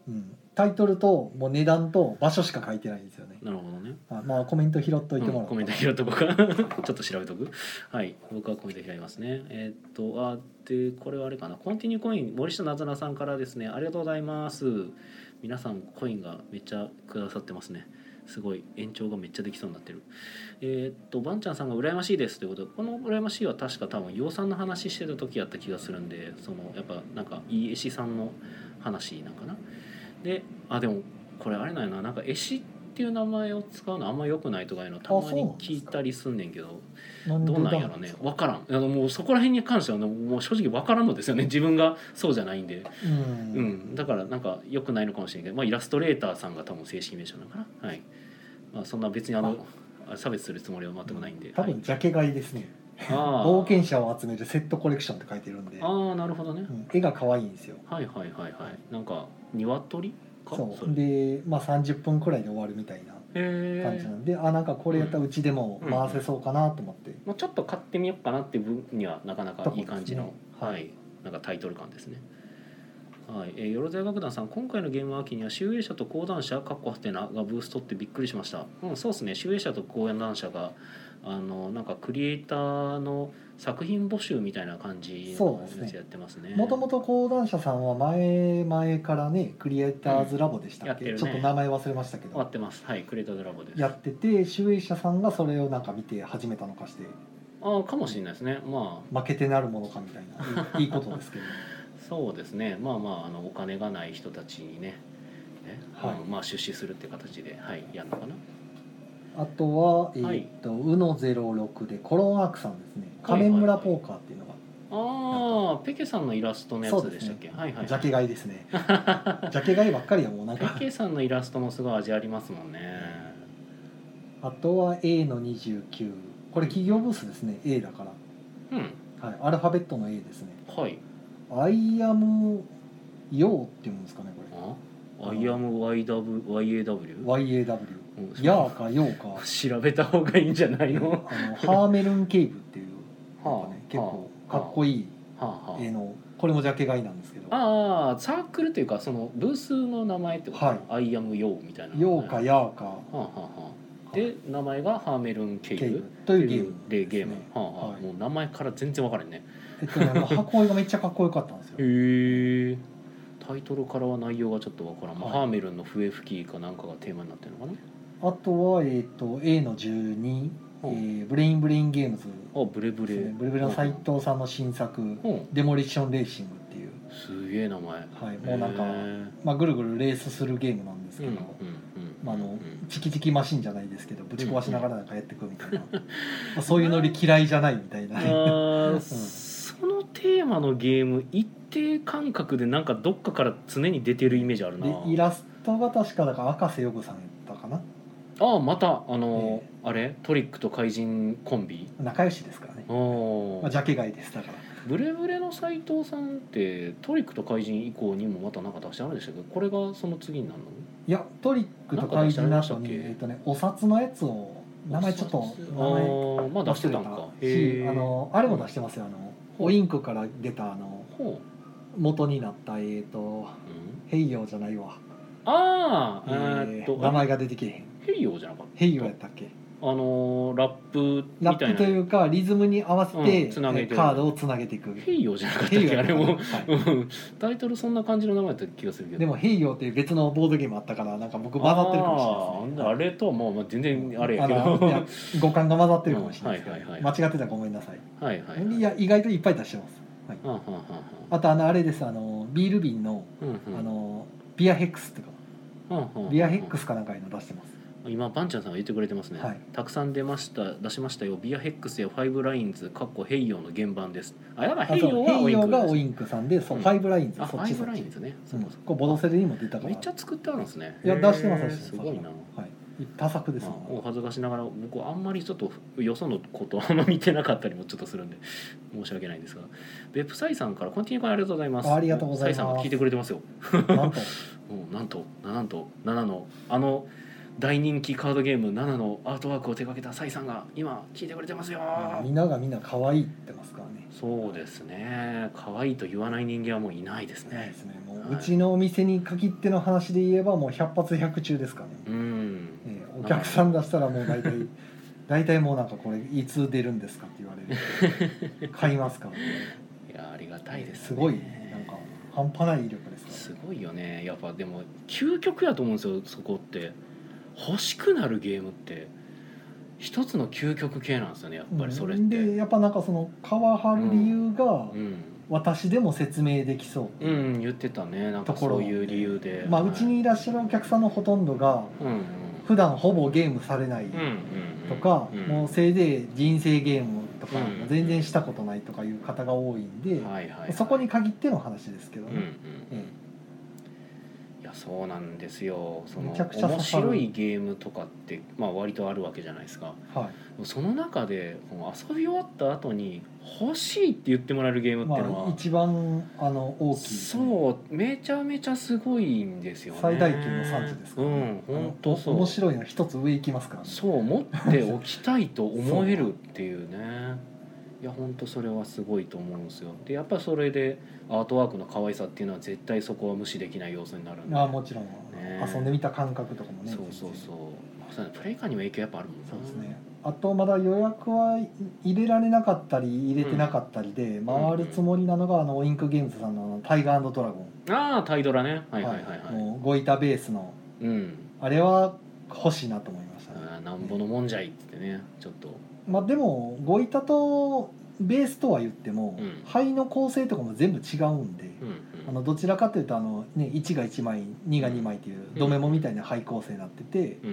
B: うん、タイトルともう値段と場所しか書いてないんですよね
A: なるほどね
B: あまあコメント拾っといて
A: う
B: もらお
A: ん
B: う
A: コメント拾っとこうか ちょっと調べとくはい僕はコメント拾いますねえーっとあでこれはあれかなコンティニューコイン森下なずなさんからですねありがとうございます皆さんコインがめっちゃくださってますねすごい延長がめっちゃできそうになってるえーっとばんちゃんさんが羨ましいですということでこの羨ましいは確か多分養蚕の話してた時やった気がするんでそのやっぱなんかいい絵師さんの話なんかなであでもこれあれなんやななんか絵師っていう名前を使うのあんま良くないとかいうのたまに聞いたりすんねんけど
B: なんで
A: どうなん
B: 歌
A: や
B: な
A: ろ
B: ん
A: ね
B: ですか
A: 分からんあのもうそこら辺に関してはねもう正直分からんのですよね自分がそうじゃないんで、
B: う
A: うんん、だからなんか良くないのかもしれんけど、まあ、イラストレーターさんが多分正式名称なのかなはい、まあ、そんな別にあのあ差別するつもりは全くないんで
B: 多分ジャケ買いですね
A: あ
B: 冒険者を集めるセットコレクションって書いてるんで、
A: あ
B: う
A: ーなるほどね
B: ん、絵が可愛いんですよ
A: はいはいはいはいなんか鶏か
B: そ
A: そうれへ
B: でまあ30分くらいで終わるみたいな感じ
A: え
B: なんであなんかこれやったらうちでも
A: うん
B: 回せそうかなと思って、
A: まあ、ちょっと買ってみようかなっていう分にはなかなかいい感じの、
B: とこですね
A: は
B: はい
A: い、なんかタイトル感ですね。はい、えー、よろずや楽団さん今回のゲーム秋には集英社と講談社かっこはてながブーストってびっくりしましたうんそうですね集英社と講談社があのなんかクリエイターの作品募集みたいな感じ
B: そう
A: の
B: ですね
A: やつやってますね
B: もともと講談社さんは前々からねクリエイターズラボでしたっけ、
A: うんやって
B: ち
A: る
B: ょ
A: ね
B: っと名前忘れましたけ
A: 終わ
B: ど
A: ってますはいクリエイターズラボです
B: やってて集英社さんがそれをなんか見て始めたのかして
A: ああかもしれないですねまあ
B: 負けてなるものかみたいないいいいことですけど
A: そうですねまあまああのお金がない人たちにねね、
B: はい
A: あのまあ出資するって形ではいやるのかな
B: あとは、え
A: はい
B: ーっと、うのゼロ六でコロンアークさんですね。
A: はい
B: 仮
A: はい
B: 面村ポーカーっていうのが、
A: ああペケさんのイラストのやつでしたっけ、はいはい
B: ジャケ買いですね。ジャケ買いばっかりやもうなんか
A: ペ。ケさんのイラストもすごい味ありますもんね
B: あとは A の二十九、これ企業ブースですね。A だか
A: うん
B: ら、はい、アルファベットの A ですね。
A: はい
B: アイアムヨーっていうんですかねこ
A: あ I am YW YAW
B: れ。Y A W。
A: うんそう
B: ヤーかヨーか。
A: 調べた方がいいんじゃないのは
B: あのハーメルンケイブっていうなんかね、
A: はあ
B: 結構かっこいい
A: あ、は
B: 絵のこれもジャケ買いなんですけど。
A: あ、あーサークルというかそのブースの名前ってことかな、I am YO みたいな
B: ヨーか
A: は
B: ヤーか。
A: あ、はあはあ、で名前がハーメルン・ケイ
B: ケイ
A: ブ
B: ブと
A: と
B: いうゲ
A: い
B: ー
A: う
B: ムですね
A: 例ゲーム、はあはあ
B: はい
A: もう名前から全然分からんね
B: えっとね、あの箱絵がめっちゃかっこよかったん ですよ。
A: へえタイトルからは内容がちょっとわからん、まあ
B: はい
A: ハーメルンの笛吹きかなんかがテーマになってるのかな
B: あとは、えっと A の12、
A: う
B: え
A: ん
B: ーブレインブレインゲームズ
A: あブレブ
B: で
A: レ、
B: すねブレブレの斎藤さんの新作
A: うん、
B: 「デモリッションレーシング」っていう、
A: すげえ名前
B: はい、もうなんか
A: へ、ー
B: まあ、ぐるぐるレースするゲームなんです
A: うん
B: け
A: う
B: ど、
A: んうん
B: まあ、あ
A: う
B: の
A: ん
B: チキチキマシンじゃないですけどぶち壊しながらなんかやっていくみたいな、まあ、 そういうノリ嫌いじゃないみた い
A: あ
B: な、はい
A: ー
B: うん
A: そのテーマのゲーム一定感覚でなんかどっかから常に出てるイメージあるな
B: でイラストが確かだから赤瀬ヨグさんやったかな
A: ああまたあの、
B: え
A: あれトリックと怪人コンビ
B: 仲良しですからね
A: あ、ー
B: まあ、ジャケ買いですだから
A: ブレブレの斎藤さんってトリックと怪人以降にもまた何か出してあるんでしたっけこれがその次になるの
B: いやトリックと怪人の
A: なんか出してあ
B: 後に
A: りましたっけ
B: えっとねお札のやつを名前ちょっと名
A: あ
B: 前
A: ーまあ出してたんかへ
B: 忘れた
A: え
B: しあのあれも出してますよあのおインクから出たあの
A: ほ
B: 元になったえっと
A: う、うん、
B: ヘイヨーじゃないわ、
A: ああ
B: え
A: えー
B: ー
A: っと
B: 名前が出てけえへん
A: ヘイヨーじゃなかっ
B: ヘイヨーやったっけ
A: たあのーラップ
B: ラ
A: みた
B: ップ
A: い
B: とい
A: な
B: うかリズムに合わせて,、
A: うんつなげてる
B: カードをつなげていく
A: ヘイヨーじゃなかったっ
B: ヘイヨ
A: け
B: ー
A: あれ
B: や
A: も
B: ったかなはい
A: うんタイトルそんな感じの名前だった気がするけど
B: でも「ヘイヨー」っていう別のボードゲームあったからなんか僕混ざってるかもしれ
A: あー
B: な
A: あ
B: いですね
A: れとはもうまあ全然あれやけど
B: あ
A: は
B: のいや五感が混ざってるかもしれないです
A: うんは
B: け
A: いはい
B: ど間
A: は
B: 違ってたらごめんなさい、
A: いはいはい
B: いや意外といっぱい出してます、はい、
A: はんはんはんは
B: あとあのあれですあのビール瓶の
A: ん
B: あ
A: うんうん
B: のビアヘックスとか
A: うんうんうん
B: ビアヘックスかなんかいうの出してます
A: 今バンちゃんさんが言ってくれてますね、
B: はい
A: たくさん出ました出しましたよビアヘックスやファイブラインズかっこヘイヨーの原版ですあやばい
B: あ
A: ヘイ
B: そ
A: ヨー
B: うヘ
A: はオ
B: イ
A: イン
B: ヨ
A: ク
B: ーが
A: で
B: オ
A: す
B: インクさんでそう
A: うん
B: ファイブラインズそ
A: あ
B: っ
A: ファ
B: ち
A: イ
B: そ
A: ブ
B: っ
A: ライ
B: ち
A: ンズね、
B: う
A: そうんかそう
B: こうボドセでにも出た
A: か
B: から
A: めっちゃ作ってあるんですね
B: いや出してます出して
A: す
B: ます
A: ごいな、
B: はい、多作です
A: まあ
B: もん、
A: お恥ずかしながら僕あんまりちょっとよそのことあんま見てなかったりもちょっとするんで申し訳ないんですがベプサイさんからコンティニュー会ありがとうございます
B: ありがとうございます
A: サイさんが聞いてくれてますよ
B: なんと
A: もうなんとなんと7のあの大人気カードゲーム7のアートワークを手掛けたサイさんが今聞いてくれてますよ
B: みんながみんな可愛いって言ってますからね
A: そうですね可愛いと言わない人間はもういないです
B: ないで
A: ね
B: すねもう、
A: はいう
B: ちのお店に限っての話で言えばもう100発100中ですからね、
A: うん
B: ええお客さん出したらもう大体大体もうなんかこれいつ出るんですかって言われる買いますからね
A: いやありがたいです、ね、
B: すごいなんか半端ない威力ですか
A: すごいよねやっぱでも究極やと思うんですよそこって欲しくなるゲームって一つの究極系なんですよねやっ
B: ら
A: ぱりそれっ
B: うん
A: て
B: でやっぱなんかその皮張る理由が
A: うん、
B: 私でも説明できそう、
A: うん、言ってたねなんかそういう理由で
B: まあうちにいらっしゃるお客さんのほとんどが
A: うんうん
B: 普段ほぼゲームされな
A: う
B: い、
A: んうんうん
B: とか、
A: うん
B: もうせいぜい人生ゲームとか
A: うん
B: 全然したことないとかいう方が多いんで、
A: はいはいはい
B: そこに限っての話ですけど
A: う
B: ね
A: んうん
B: え
A: いやそうなんですよその
B: めちゃくちゃ
A: 面
B: 刺さる
A: 白いゲームとかって、まあ、割とあるわけじゃないですか
B: えはい
A: その中でこの遊び終わった後に欲しいって言ってもらえるゲームっていうのは、
B: まあ、一番あの大きいですね、
A: そうめちゃめちゃすごいんですよね
B: 最大級の産地ですから、
A: うん
B: あの
A: 本当そう
B: 面白いの一つ上行きますからね
A: そう持っておきたいと思えるっていうねいや本当それはすごいと思うんですよでやっぱそれでアートワークの可愛さっていうのは絶対そこは無視できない要素になるんで
B: ああもちろん、
A: え
B: 遊んでみた感覚とかもね
A: そうそう
B: 全然
A: そう、まあそうだね、プレイ感にも影響やっぱあるもんな
B: そうですねあとまだ予約はい入れられなかったり入れてなかったりで、回るつもりなのがあのインクゲームズさんのあのタイガードラゴン
A: ああタイドラねはいはいはいはい、
B: もうゴイタベースの
A: うん
B: あれは欲しいなと思いましたね、
A: あーなんぼのもんじゃいってねちょっと
B: まあでもゴイタとベースとは言っても、
A: うん
B: 灰の構成とかも全部違うんで、
A: うん
B: あ
A: うん
B: のどちらかというとあの、ね、1が1枚2が2枚ってい
A: う
B: う
A: ん
B: ドメモみたいな灰構成になってて
A: うー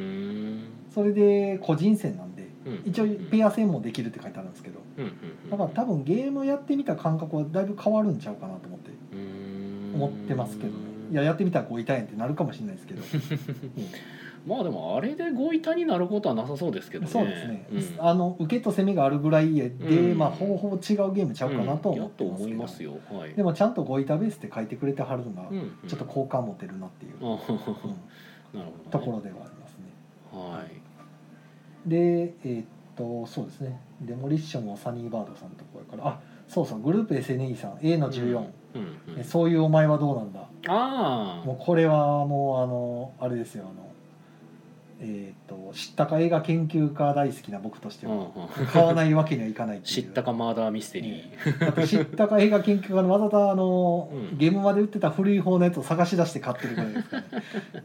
A: ん
B: それで個人戦なんで
A: うん
B: 一応ペア戦もできるって書いてあるんですけど
A: うんうんうん
B: だから多分ゲームやってみた感覚はだいぶ変わるんちゃうかなと思って
A: うーん
B: 思ってますけどねいややってみたらこう痛いんってなるかもしれないですけど、
A: まあでもあれでご板になることはなさそうですけ
B: う
A: ど
B: ん
A: ね。
B: そうですね、
A: うん
B: あの受けと攻めがあるぐらいで、
A: うん
B: まあほぼほぼ違うゲームちゃうかなとは思
A: や
B: っ
A: と
B: てますけど、
A: 思いますよ。はい。
B: でもちゃんとゴイタベースって書いてくれてはるのが
A: うんうん
B: ちょっと好感持てるなっていう、
A: あはは
B: うん
A: はなるほど、ね。
B: ところではありますね
A: はい。
B: でえーっとそうですねデモリッションはサニーバードさんのところやからあそうそうグループ SNE さん A の14、
A: うんうん
B: えそういうお前はどうなんだ
A: ああ。
B: もうこれはもうあのあれですよあのえーっと知ったか映画研究家大好きな僕として
A: うんう
B: は
A: ん
B: 買わないわけにはいかないっていう
A: 知ったかマーダーミステリー。
B: だって知ったか映画研究家のわざとあの、
A: うん
B: ゲームまで売ってた古い方のやつを探し出して買ってるぐらいですからね、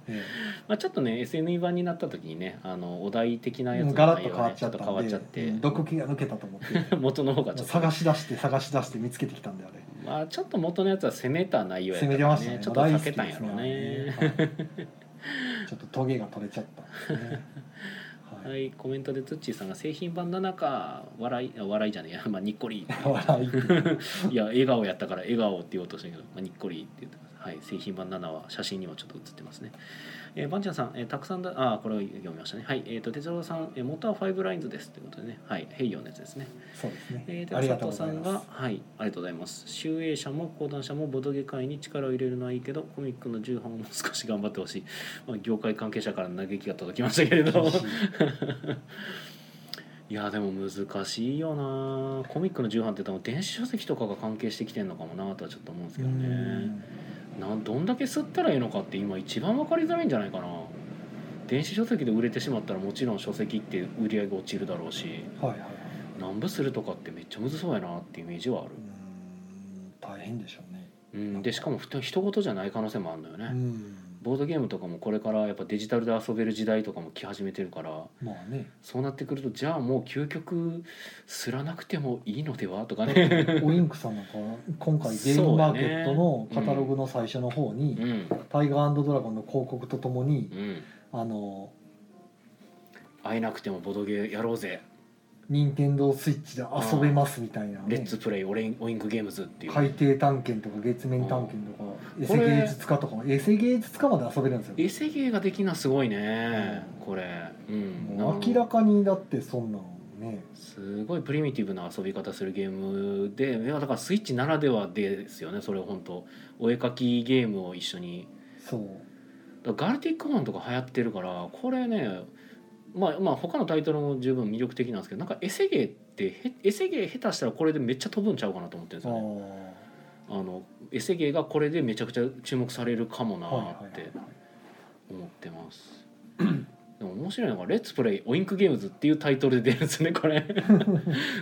B: え
A: まあちょっとね SNE 版になった時にね あのお題的な
B: え
A: やつ
B: も
A: の
B: うガラッ
A: 内
B: と
A: 容
B: 変
A: が
B: わ
A: ね
B: っちゃったん
A: ちょっと
B: で、
A: 変わっちゃ
B: うん
A: って。
B: 毒気が抜けたと思って
A: 元の方がちょっと
B: 探し出して探し出して見つけてきたんだよあれ
A: まあちょっと元のやつは攻めた内容やった
B: 攻め
A: か
B: て
A: ら
B: まし
A: ね
B: たね
A: ちょっと
B: 大
A: 避
B: 好
A: け
B: き
A: たん
B: で
A: や
B: す
A: ろうね
B: あれねはいちょっとトゲが取れちゃったん ですね、は
A: はいい、コメントでツッチーさんが製品版7か笑いあ笑いじゃねえや、まあ、にっこり
B: 笑い
A: いや笑顔やったから笑顔って言おうとしたけど、まあ、にっこりって言ってますはい、製品版7は写真にはちょっと写ってますね。えー、バンチャンさん、えーたくさんだ、あー、これを読みましたね。はい、えっ、と、哲郎さん、えー、元はファイブラインズですということでね、はい、ヘイヨーのやつですね。
B: そうですね、
A: えー、で
B: ありが
A: 佐
B: とうご
A: 藤さ
B: ざい
A: んが
B: ま、
A: はい、ありがとうございます。集英社も講談社もボドゲ界に力を入れるのはいいけど、コミックの重版をもう少し頑張ってほしい。まあ、業界関係者からの嘆きが届きましたけれど。
B: す
A: いやでも難しいよなコミックの重版って多分電子書籍とかが関係してきてんのかもなとはちょっと思うんですけどねなんどんだけ吸ったらいいのかって今一番分かりづらいんじゃないかな電子書籍で売れてしまったらもちろん書籍って売り上げ落ちるだろうし
B: うんはいはいはい
A: 何部するとかってめっちゃむずそうやなっていうイメージはある
B: う、ん大変でしょうね
A: うん、でしかもひと人事じゃない可能性もあるのよね、
B: うん
A: ボードゲームとかもこれからやっぱデジタルで遊べる時代とかも来始めてるから
B: まあね
A: そうなってくるとじゃあもう究極すらなくてもいいのではとか ね
B: オインクさんなんか今回ゲームマーケットのカタログの最初の方に、
A: うん
B: タイガードラゴンの広告とともに
A: うん
B: あの
A: 会えなくてもボドゲやろうぜ、
B: 任天堂スイッチで遊べますみたいな、ね、
A: レッツプレイオレインオインクゲームズっていう
B: 海底探検とか月面探検とか
A: ん
B: エセ芸術家とかもエセ芸術家まで遊べるんですよ
A: 衛星芸ができんのはすごいね、これ、うん、
B: もう
A: な
B: 明らかにだってそんなのね
A: すごいプリミティブな遊び方するゲームでいやだからスイッチならではですよねそれ本当お絵描きゲームを一緒に
B: そう
A: だからガルティックホーンとか流行ってるからこれねまあまあ他のタイトルも十分魅力的なんですけどなんかエセゲーってへエセゲー下手したらこれでめっちゃ飛ぶんちゃうかなと思ってるんです
B: あ
A: よねあのエセゲーがこれでめちゃくちゃ注目されるかもな
B: あはい
A: ーっ
B: はい
A: て思ってます、でも面白いのが「レッツプレイオインクゲームズ」っていうタイトルで出るんですねこ れ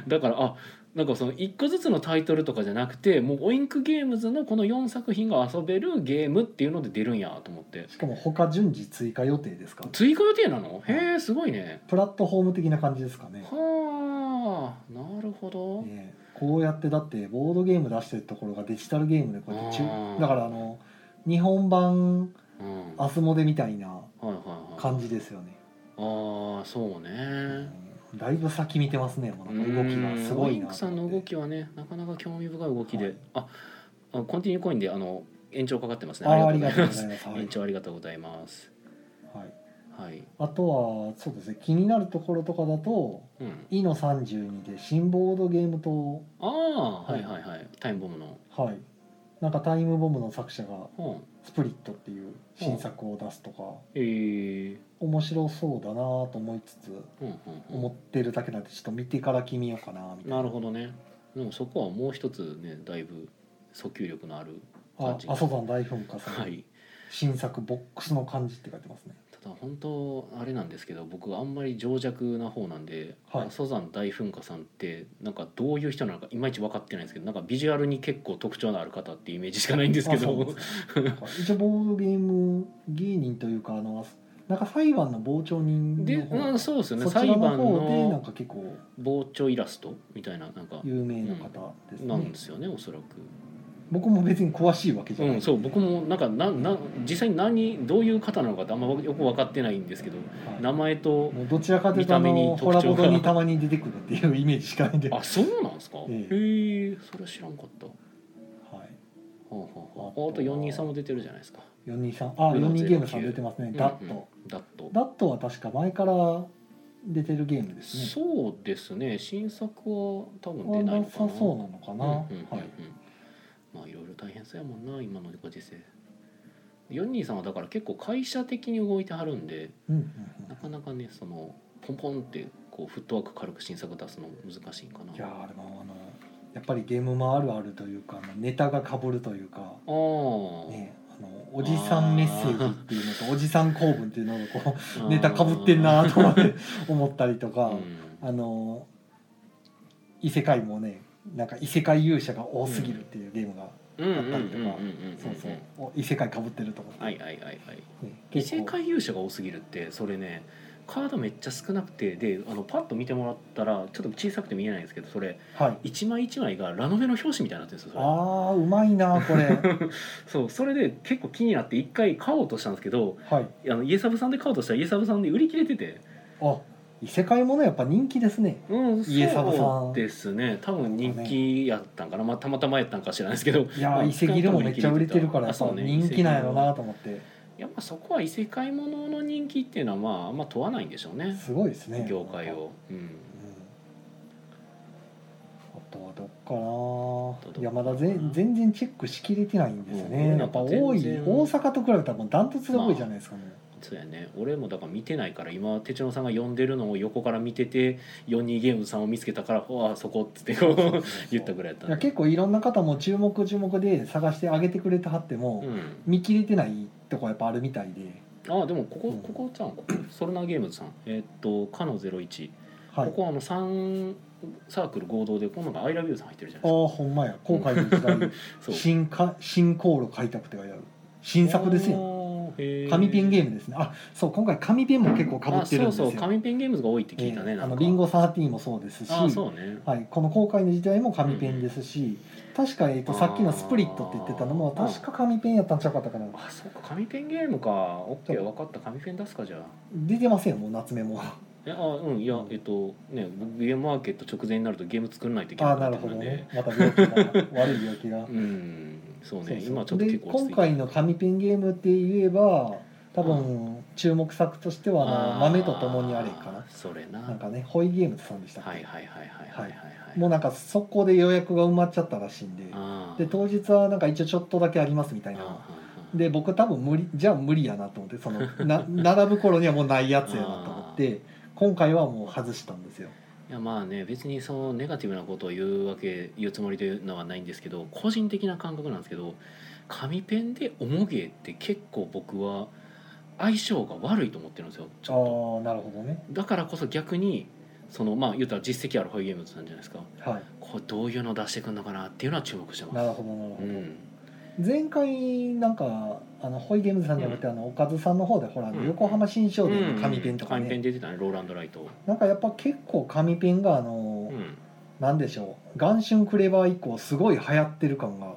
A: だからあなんかその一個ずつのタイトルとかじゃなくてもうオインクゲームズのこの4作品が遊べるゲームっていうので出るんやと思って
B: しかも他順次追加予定ですか
A: 追加予定なの
B: うん
A: へえすごいね
B: プラットフォーム的な感じですかね
A: はあなるほど、
B: ねこうやってだってボードゲーム出してるところがデジタルゲームでこうやって
A: あー
B: 中だからあの日本
A: う
B: 版
A: ん、はい
B: アスモデみたいな
A: はいはい
B: 感じですよね、
A: ああそうね
B: うんだいぶ先見てますねもうなんか動きがすご
A: うんウィ
B: い
A: ン
B: な
A: ク
B: と
A: さんの
B: 思って
A: 動きはねなかなか興味深い動きで、
B: はい
A: ああコンティニューコインであの延長かかってますね
B: あーありがとうご
A: す
B: ざいます、は い
A: 延長ありがとうございます
B: はい、
A: はい、
B: あとはそうですね気になるところとかだと
A: うん
B: 「イの32」で新ボードゲームと
A: ああーは
B: はいい
A: はいはいタイムボムの
B: はいなんか「タイムボム」の作者が
A: 本
B: 「スプリット」っていう新作を出すとか、
A: えー、
B: 面白そうだなと思いつつ
A: うんうん
B: 思
A: う
B: ってるだけなんでちょっと見てから決めようかなみた
A: ん
B: いな
A: なるほどねでもそこはもう一つねだいぶ訴求力のある
B: あ
A: 感じ
B: 阿蘇山大噴火さん、
A: はい
B: 新作ボックスの感じって書いてますね
A: ただ本当あれなんですけど僕あんまり情弱な方なんで、
B: はい
A: 阿蘇山大噴火さんってなんかどういう人なのかいまいち分かってないんですけどなんかビジュアルに結構特徴のある方っていうイメージしかないんですけ
B: あそう
A: ど
B: なんですか一応ボードゲーム芸人というかあのなんか裁判の傍聴人
A: で
B: の方
A: うんそうですよね
B: そち
A: 裁
B: らの
A: 判
B: 方でなん
A: の
B: か結構
A: 傍聴イラストみたいななんか
B: 有名な方ですね、
A: なんですよねおそらく。
B: 僕も別に詳しいわけじゃ
A: う
B: ない、
A: ん、そう僕もなんかなな実際に何どういう方なのかってあんまよく分かってないんですけど
B: はい
A: 名前と
B: もうどちらかというとあ
A: 見た目に
B: のホ
A: 特
B: ラ
A: 徴が
B: ボドにたまに出てくるっていうイメージしかないんで、は
A: あそうなんですか、
B: ええ
A: へえそれは知らんかった。
B: い、
A: ほうほう
B: あ
A: ほ
B: と
A: うあと423も出てるじゃないですか。
B: 423あ
A: うん
B: 42ゲームさん出てますね、ダット
A: うんダット
B: ダットは確か前から出てるゲームですね
A: そうですね新作は多分
B: は
A: 出ない
B: な
A: のか
B: さ
A: な
B: そうなのかな、
A: うんうんうんうん
B: はい
A: まあいろいろ大変そうやもんな今のご時世ヨンニーさんはだから結構会社的に動いてはるんで
B: うんうん
A: なかなかねそのポンポンってこうフットワーク軽く新作出すの難しいんかな
B: うん、いやーでもあのやっぱりゲームもあるあるというかあのネタがかぶるというか、
A: あー、
B: ね、あのおじさんメッセージっていうのとおじさん公文っていうのがこ
A: あー
B: うネタかぶってんなーと思って 思ったりとか、
A: うん
B: あの異世界もねなんか異世界勇者が多すぎるっていうゲームが、
A: うんうんうんうんうんうん
B: そうそうお異世界かぶってると思って、
A: はいはいはいはい
B: ね
A: 異
B: 結構
A: 世界勇者が多すぎるってそれねカードめっちゃ少なくてであのパッと見てもらったらちょっと小さくて見えないんですけどそれ
B: はい
A: 一枚一枚がラノベの表紙みたいになってるんですよそれ
B: あーうまいなーこれ
A: そうそれで結構気になって一回買おうとしたんですけど
B: はい
A: あのイエサブさんで買おうとしたらイエサブさんで売り切れてて
B: あ異世界ものやっぱ人気ですね
A: うん、
B: 家沢さん
A: そうですね多分人気やったんかな、まあ、たまたまやったんか知らないですけど
B: いや
A: まあ
B: ー遺跡でもめっちゃ売れてるからや
A: あ
B: っぱ
A: そうね
B: 人気なんやろ
A: 遺跡
B: なと思って
A: いやまあそこは異世界ものの人気っていうのはまああんま問わないんでしょうね
B: すごいですね
A: 業界を、うん、
B: あとはどっか
A: あとど
B: な
A: っか
B: いやまだぜん全然チェックしきれてないんですよ
A: うん
B: ねやっぱ多い
A: 全然
B: 大阪と比べたらもうダントツで多いじゃないですかね、
A: そうやね俺もだから見てないから今手帳さんが読んでるのを横から見てて42ゲームさんを見つけたから「ああそこ」っつって こう言ったぐらいやった
B: いや結構いろんな方も注目注目で探してあげてくれてはっても、
A: うん、
B: 見切れてないとこやっぱあるみたいで、
A: ああでもここここじゃんここソルナゲームズさんえーっと「かの01」
B: はい、
A: ここはあの3サークル合同で今度が「アイラビューさん入ってるじゃない
B: ああほんまや後悔の時代
A: ですか そう
B: 新か新航路開拓って書いてある新作ですよ
A: よへ
B: 紙ペンゲ
A: ム
B: ームですねあそう今回紙ペンも結構かぶってるんですよ
A: そうそう紙ペンゲームズが多いって聞いたね、
B: ええ
A: な
B: あ
A: ん
B: の
A: か
B: リンゴ13もそうですし
A: ああそうね
B: はい、この後悔の時代も紙ペンですし、確か、えっと
A: あー
B: さっきのスプリットって言ってたのも確か紙ペンやったんちゃうかったかな
A: あそうか紙ペンゲームかオッケー分かった紙ペン出すかじゃあ
B: 出てませんよもう夏目も
A: えあうんいやえっとね僕ゲームマーケット直前になるとゲーム作らないといけ
B: あ
A: なくな
B: あな
A: っ
B: る
A: てく
B: ほ
A: る
B: ど
A: んで
B: ねまた病気が悪い病気が
A: うん そうね
B: そうそ
A: 今
B: う
A: ちょっと
B: で
A: 結構落ち
B: 今
A: 着い
B: 回の紙ペンゲームって言えば多分注目作としてはあの豆と共にあれか
A: あ
B: な
A: ーそれな
B: なんかねホイゲームズさんでしたっけ、
A: はいはいはいはいはいはいはい
B: もうなんか速攻で予約が埋まっちゃったらしいんで
A: あー
B: で当日はなんか一応ちょっとだけありますみたい
A: あー
B: な
A: あー
B: で僕多分無理じゃあ無理やなと思ってその な並ぶ頃にはもうないやつやなと思って今回はもう外したんですよ
A: いやまあね別にそのネガティブなことを言うわけ言うつもりというのはないんですけど個人的な感覚なんですけど紙ペンで重げって結構僕は相性が悪いと思ってるんですよち
B: ああ
A: ょっと
B: ーなるほどね
A: だからこそ逆にそのまあ言ったら実績あるホイゲームズさんじゃないですか
B: はい
A: こうどういうの出してくるのかなっていうのは注目してます
B: なるほどなるほど、
A: うん、
B: 前回なんかあのホイゲームズさんじゃなくて、あのおかずさんの方でほら、
A: うん
B: 横浜新商店の紙ペンとか
A: 紙ペン
B: ね、
A: 出てたねローランドライト、
B: なんかやっぱ結構紙ペンがあ
A: う
B: の、
A: ん、
B: なんでしょう元春クレバー以降すごい流行ってる感が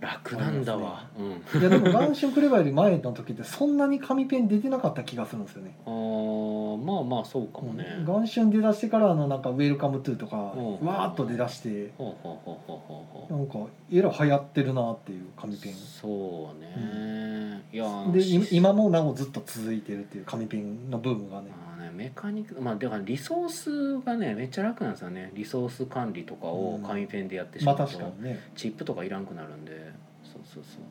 A: 楽なんだわ、うん
B: いやでも元春クレバーより前の時ってそんなに紙ペン出てなかった気がするんですよね
A: あーまあまあそうかもね、
B: うん元春出だしてからあのなんか「ウェルカムトゥ」とか
A: うん
B: わーっと出だして
A: ほうほうほうほうほうほう
B: なんかえらい流行ってるなっていう紙ペン
A: そうね、いや
B: でい
A: し
B: 今もなおずっと続いてるっていう紙ペンのブームがね
A: あのねメカニックまあだからリソースがねめっちゃ楽なんですよねリソース管理とかを紙ペンでやってし
B: ま
A: ま
B: あ
A: うと、
B: 確かにね
A: チップとかいらんくなるんでそうそうそう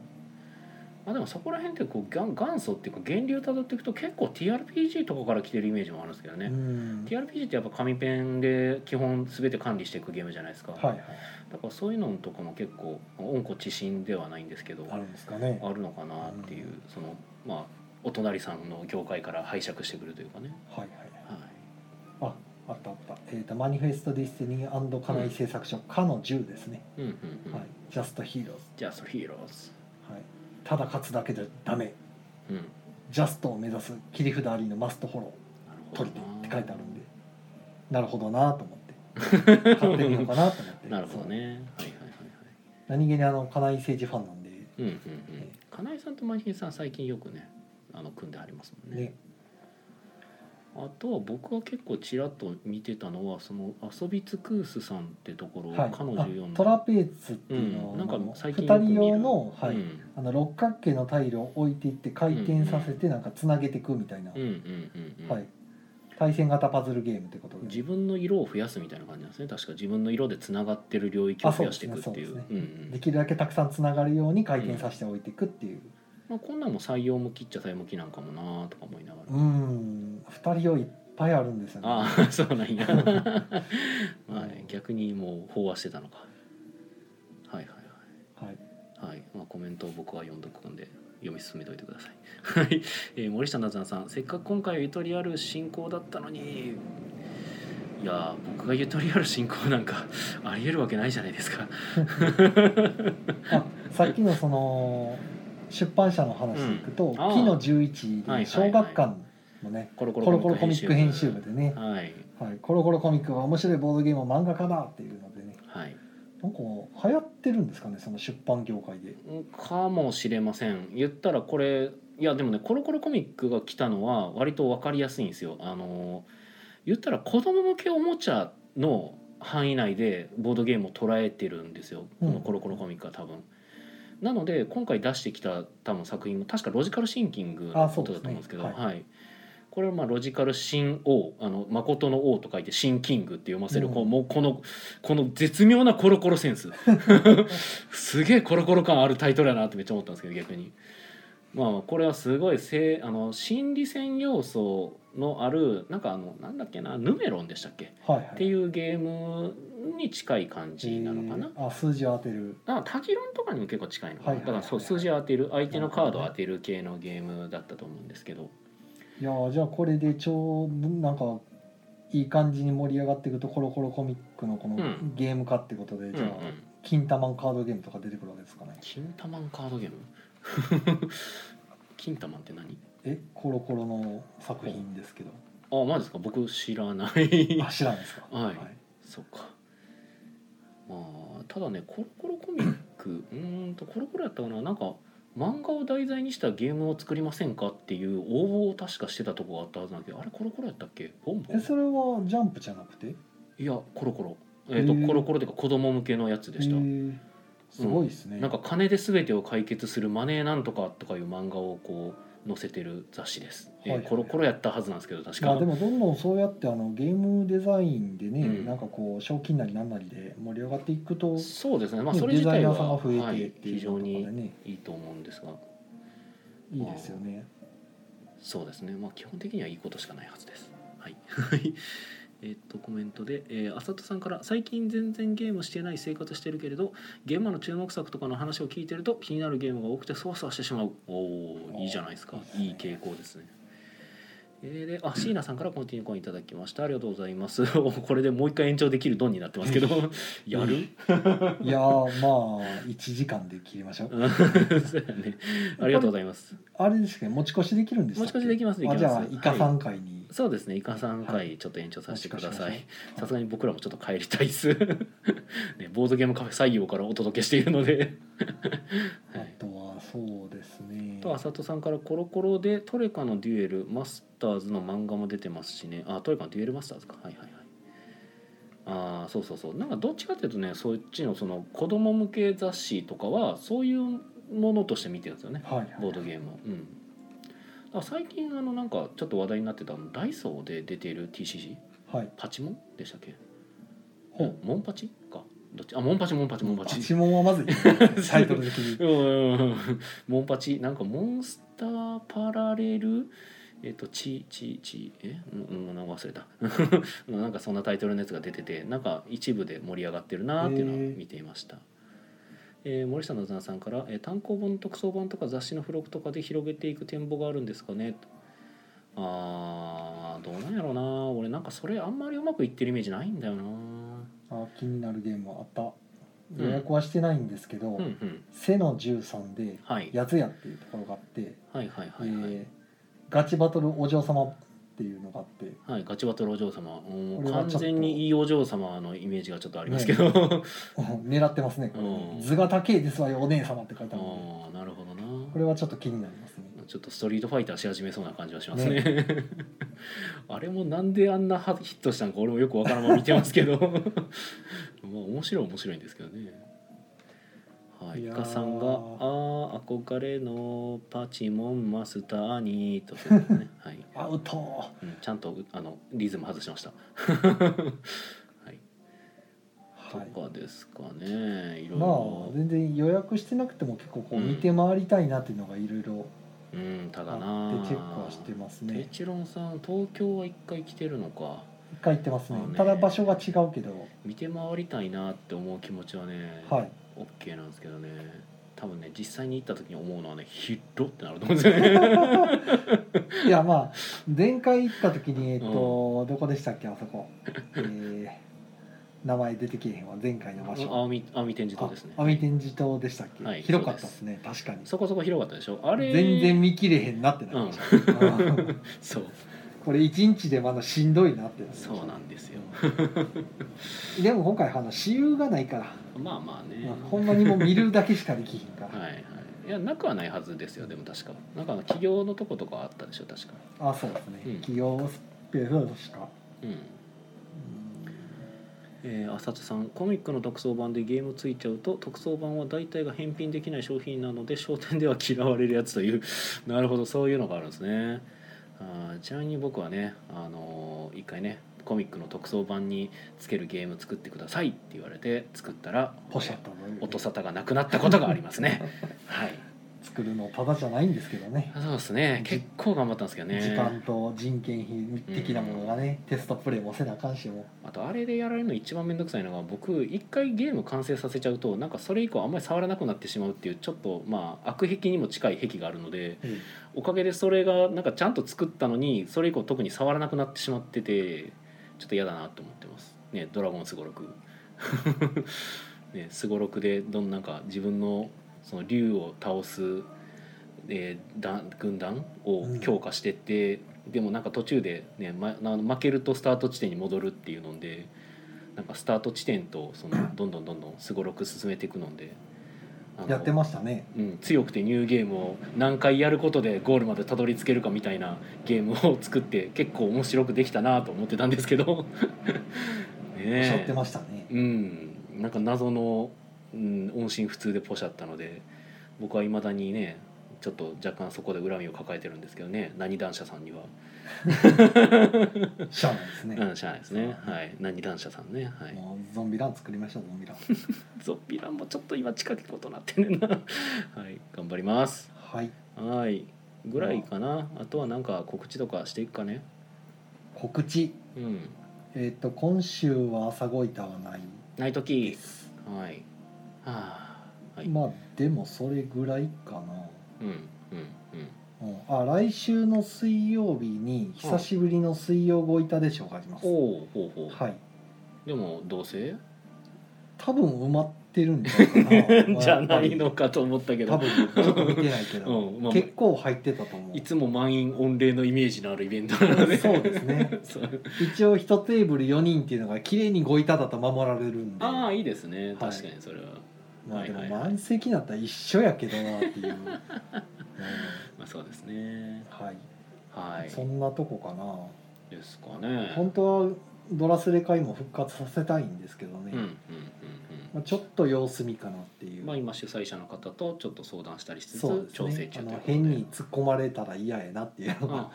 A: まあでもそこら辺ってこう元元祖っていうか源流たどっていくと結構 TRPG とかから来てるイメージもあるんですけどね、
B: うん、
A: TRPG ってやっぱ紙ペンで基本全て管理していくゲームじゃないですか、
B: はいはい
A: だからそういうのとかも結構温故知新ではないんですけど
B: あるんですかね
A: あるのかなっていう、
B: うん
A: そのまあお隣さんの業界から拝借してくるというかね、
B: はいはい
A: はい、
B: ああったあった、えーと「マニフェスト・ディスティニーカナイ製作所」かの10ですね、
A: うんうんうん、
B: はい、ジャスト・ヒーローズ
A: じゃあそれヒーローズ、」
B: はい「ただ勝つだけじゃダメ」
A: うん、なる
B: 「ジャストを目指す切り札ありのマストフォロー
A: ほ
B: 取
A: ど
B: り
A: な
B: って書いてあるんでなるほどなと思 って買ってみようかなと思って
A: なるほどねはいはい
B: そう何気にあの金井誠治ファンなんで
A: はいはいうんうんうん金井さんとマニヒさん最近よくねあの組んでありますもんね
B: ね
A: あとは僕は結構ちらっと見てたのはその遊びつくーすさんってところ、
B: はい、
A: 彼女読
B: あ
A: ん
B: ト
A: だ
B: ラペーツって
A: う
B: いうの
A: ん、なんか
B: を
A: 最近
B: 二
A: よく見
B: 人
A: る
B: 用の,、はい
A: うん
B: あの六角形のタイルを置いていって回転させてなんかつなげていくみたいな、
A: うんうんうんうん
B: はい、対戦型パズルゲームってことで
A: 自分の色を増やすみたいな感じなんですね確か自分の色でつながってる領域を増やしていくっていう
B: あそうですね
A: うんう
B: で
A: ん
B: きるだけたくさんつながるように回転させておいていくっていう
A: まあ、こんなんも採用向きっちゃ採用向きなんかもなとか思いなが
B: う
A: ら、
B: ん二人用いっぱいあるんですよね
A: ああ そうなん や、は
B: う
A: い、
B: ん
A: 逆にもう飽和してたのかはいはいはい
B: はい
A: はい、まあ、コメントを僕は読んどくんで読み進めといてください。はい、えー森下なずなさん、せっかく今回ゆとりある進行だったのに。いやー、僕がゆとりある進行なんかありえるわけないじゃないですか。
B: あさっきのその出版社の話でいくと、
A: うんあー
B: 木の11
A: はいはいはい
B: で小学館のね、
A: コロコ
B: コロコロコミック編集部
A: 編
B: でね、
A: はい、
B: はい、コロコロコミックは面白いボードゲームは漫画家だっていうのでね
A: はい、
B: なんか流行ってるんですかねその出版業界で
A: かもしれません。言ったら、これ、いや、でもね、コロコロコミックが来たのは割とわかりやすいんですよ。あのー言ったら子供向けおもちゃの範囲内でボードゲームを捉えてるんですよ、
B: うん
A: このコロコロコミックは多分。なので今回出してきた多分作品も確かロジカルシンキングの
B: あ
A: こ
B: そう
A: と
B: で
A: だ
B: すね
A: と思うんですけど
B: はい
A: はい、これはまあロジカルシン王あの誠の王と書いてシンキングって読ませる、
B: うん
A: こうもうこのこの絶妙なコロコロセンス すげえコロコロ感あるタイトルやなってめっちゃ思ったんですけど逆に。まあ、これはすごいせあの心理戦要素のあるなんかあのなんだっけなヌメロンでしたっけ
B: はいはい
A: っていうゲームに近い感じなのかな
B: え。ーあ数字を当てる
A: あタキロンとかにも結構近いのかな、
B: はいはいはいはい
A: だからそう数字を当てる相手のカードを当てる系のゲームだったと思うんですけど
B: いやーじゃあこれでちょうどなんかいい感じに盛り上がっていくとコロコロコミックのこの
A: うん
B: ゲーム化ってことで、じゃあ、
A: うんうん
B: 金玉カードゲームとか出てくるわけですかね
A: 金玉ンカードゲーム 金玉って何
B: えコロコロの作品ですけど
A: あマジですか僕知らない
B: あ知らないですか
A: はいそっかまあただねコロコロコミックうーんとコロコロやったかななんか漫画を題材にしたゲームを作りませんかっていう応募を確かしてたとこがあったはずなんだけどあれコロコロやったっけボンボ
B: え
A: ン
B: それはジャンプじゃなくて
A: いやコロコロえっ、と、
B: へー
A: コロコロというか子供向けのやつでした、
B: えーすごいですね、
A: なんか金で全てを解決するマネーなんとかとかいう漫画をこう載せてる雑誌です、えー
B: はいはい
A: コロコロやったはずなんですけど確か、
B: まあでもどんどんそうやってあのゲームデザインでね、
A: うん
B: なんかこう賞金なりなんなりで盛り上がっていくと、
A: そうですねまあ
B: ね
A: それ
B: デ
A: 自
B: ザ
A: 体
B: イナ
A: は、
B: ーさんが増
A: は
B: えて
A: い
B: ってい
A: 非
B: うの
A: 常
B: とかで
A: に
B: ね、
A: いいと思うんですが
B: いいですよね。
A: そうですね、まあ、基本的にはいいことしかないはずです。はい、はいえっとコメントで、えー、浅田さんから「最近全然ゲームしてない生活してるけれど現場の注目作とかの話を聞いてると気になるゲームが多くてそわそわしてしまう」おおいいじゃないですか
B: あー
A: いい傾向ですね。えーであ椎名さんからコンティニューコインいただきましたありがとうございます おこれでもう一回延長できるドンになってます けどやる
B: いやーまあ1時間で切りましょう。
A: うん そうやねありがとうございます
B: あれですけど持ち越しできるんです
A: 持ち越しできますできま
B: あ
A: す
B: じゃあイカ
A: はい
B: 3回に、
A: そうですねイカさん
B: は
A: 回ちょっと延長させてくださ
B: はい
A: いさすがに僕らもちょっと帰りたいです ねボードゲームカフェ採用からお届けしているので はい
B: あとはそうですね
A: あ。とあさとさんからコロコロでトレカのデュエルマスターズの漫画も出てますしねあトレカのデュエルマスターズかはいはいはいあーそうそうそうなんかどっちかっていうとねそっちのその子供向け雑誌とかはそういうものとして見てるんですよね
B: はいはい、
A: ボードゲームをうんあ最近あのなんかちょっと話題になってたあのダイソーで出ている TCG
B: はい。
A: パチモンでしたっけ
B: ほう
A: モンパチかどっちあモンパチモンパチモンパチ
B: 注文は まずいいですねタイトル的に。
A: うんうんうんモンパチなんかモンスターパラレルえっとチチチえうんうんなんか忘れた なんかそんなタイトルのやつが出ててなんか一部で盛り上がってるなーっていうのを見ていました、えー森下のずなさんから、えー単行本特装版とか雑誌の付録とかで広げていく展望があるんですかね」とあーどうなんやろうな俺なんかそれあんまりうまくいってるイメージないんだよな
B: あ気になるゲームはあった。
A: ん
B: 予約はしてないんですけど、
A: うんうん
B: 背の13で
A: はい
B: やつやっていうところがあって、
A: はいはいはいはい、
B: えーガチバトルお嬢様っていうのがあって、
A: はい、ガチバトルお嬢様もう
B: これは
A: 完
B: ちょっと
A: 全にいいお嬢様のイメージがち ょっとありますけど、
B: 狙ってますねこれね
A: うん
B: 図が高いですわよお姉様って書いて
A: あ
B: あるの
A: あなるほど
B: で
A: な
B: これはちょっと気になりますね
A: ちょっとストリートファイターし始めそうな感じはしますね あれもなんであんなハヒットしたのか俺もよくわからんまま見てますけど まあ面白いは面白いんですけどねはい
B: い
A: い
B: やー
A: かさんが「ああ憧れのパチモンマスターに」とそうです ね、はい
B: アウト
A: うん、ちゃんとうあのリズム外しました
B: は
A: と
B: い
A: かですかねいろい
B: まあ
A: ろ、
B: 全然予約してなくても結構こう
A: うん
B: 見て回りたいなっていうのがいろいろ
A: うんただな
B: あってチェックはしてます
A: ペ
B: ね
A: チロンさん東京は一回来てるのか
B: 一回行ってますね
A: まあね
B: ただ場所が違うけど
A: 見て回りたいなって思う気持ちはね、
B: はい
A: オッ OK なんですけどね多分ね実際に行った時に思うのはね広っってなると思うんですよね
B: いやまあ前回行った時にえっとどこでしたっけあそこえー名前出てけえへんわ前回の場 所
A: 青み青み展示塔ですね
B: あ網天寺島でしたっけ、
A: はい
B: 広かったですね確かに
A: そこそこ広かったでしょあれ
B: 全然見切れへんなってなりました、うん
A: そう
B: これ一日でまだしんどいなってなりました
A: そうなんですよ
B: うん でも今回あの私有がないから、
A: まあまあね、
B: まあほんまにもう見るだけしかできひんから、
A: はいはいいやなくはないはずですよでも確かなんかあの企業のとことかあったでしょ確か
B: あそうですね、
A: うん
B: 企業スペースしか
A: うん
B: うん
A: えー、浅田さんコミックの特装版でゲームついちゃうと特装版は大体が返品できない商品なので商店では嫌われるやつという なるほどそういうのがあるんですねあーちなみに僕はね、あのー一回ねコミックの特装版につけるゲーム作ってくださいって言われて作ったら
B: ポシャったのよ
A: 音沙汰がなくなったことがあります ねはい
B: 作るのただじゃないんですけどね
A: あそうですね結構頑張ったんですけどね
B: 時間と人件費的なものがね、テストプレイもせなあかんしも
A: あとあれでやられるの一番面倒くさいのが僕一回ゲーム完成させちゃうとなんかそれ以降あんまり触らなくなってしまうっていうちょっとまあ悪癖にも近い癖があるので
B: うん
A: おかげでそれがなんかちゃんと作ったのにそれ以降特に触らなくなってしまっててちょっと嫌だなと思ってますねドラゴンすごろく ねすごろくでどんなんか自分のその竜を倒す、えーだ軍団を強化してって、でもなんか途中で、ねま、な負けるとスタート地点に戻るっていうのでなんかスタート地点とそのどんどんどんどんすごろく進めていくので。あの
B: やってましたね
A: うん、強くてニューゲームを何回やることでゴールまでたどり着けるかみたいなゲームを作って結構面白くできたなと思ってたんですけど ね
B: おっしゃって
A: え
B: ましたね、
A: うんなんか謎の、うん、音信不通でポシャったので僕はいまだにねちょっと若干そこで恨みを抱えてるんですけどね何男社さんには、
B: しゃあないですね、
A: うん、しゃあないですねはい何男社さんねはい
B: もうゾンビラン作りましょうゾンビラン
A: ゾッピーランもちょっと今近いことなってんねんな はい頑張ります
B: はい
A: はいぐらいかなあとはなんか告知とかしていくかね
B: 告知
A: うん
B: えっ、と今週は朝ごいたはない
A: ない
B: で
A: 時
B: す、
A: はいはあはい
B: まあでもそれぐらいか
A: うんうん
B: な、うん、あ来週の水曜日に久しぶりの水曜ごいたで紹介します、
A: うんおうほうほう、
B: はい
A: でもどうせ
B: 多分埋まってるんじゃないか な
A: じゃないのかと思ったけ
B: 多
A: ど、
B: 分ちょっと見てないけ
A: う
B: ど、
A: んまあ、
B: 結構入ってたと思う
A: いつも満員御礼のイメージのあるイベントなので
B: そうですね
A: そう
B: 一応一テーブル4人っていうのが綺麗にごいただと守られるんで
A: ああいいですね
B: い
A: 確かにそれは、
B: まあでも
A: はいはいはい
B: 満席だったら一緒やけどなっていう、うん
A: まあそうですね
B: はい、
A: はい
B: そんなとこかな
A: ですかね
B: 本当はドラスレ会も復活させたいんですけどね、
A: うんうんうん
B: まあ、ちょっと様子見かなってい
A: うん
B: う、
A: まあ今主催者の方とちょっと相談したりしつつ、
B: そう
A: 調
B: で
A: 整
B: すねあ
A: 中という
B: の
A: ことで
B: 変に突っ込まれたら嫌やなっていうの
A: うんうんう
B: が
A: ん、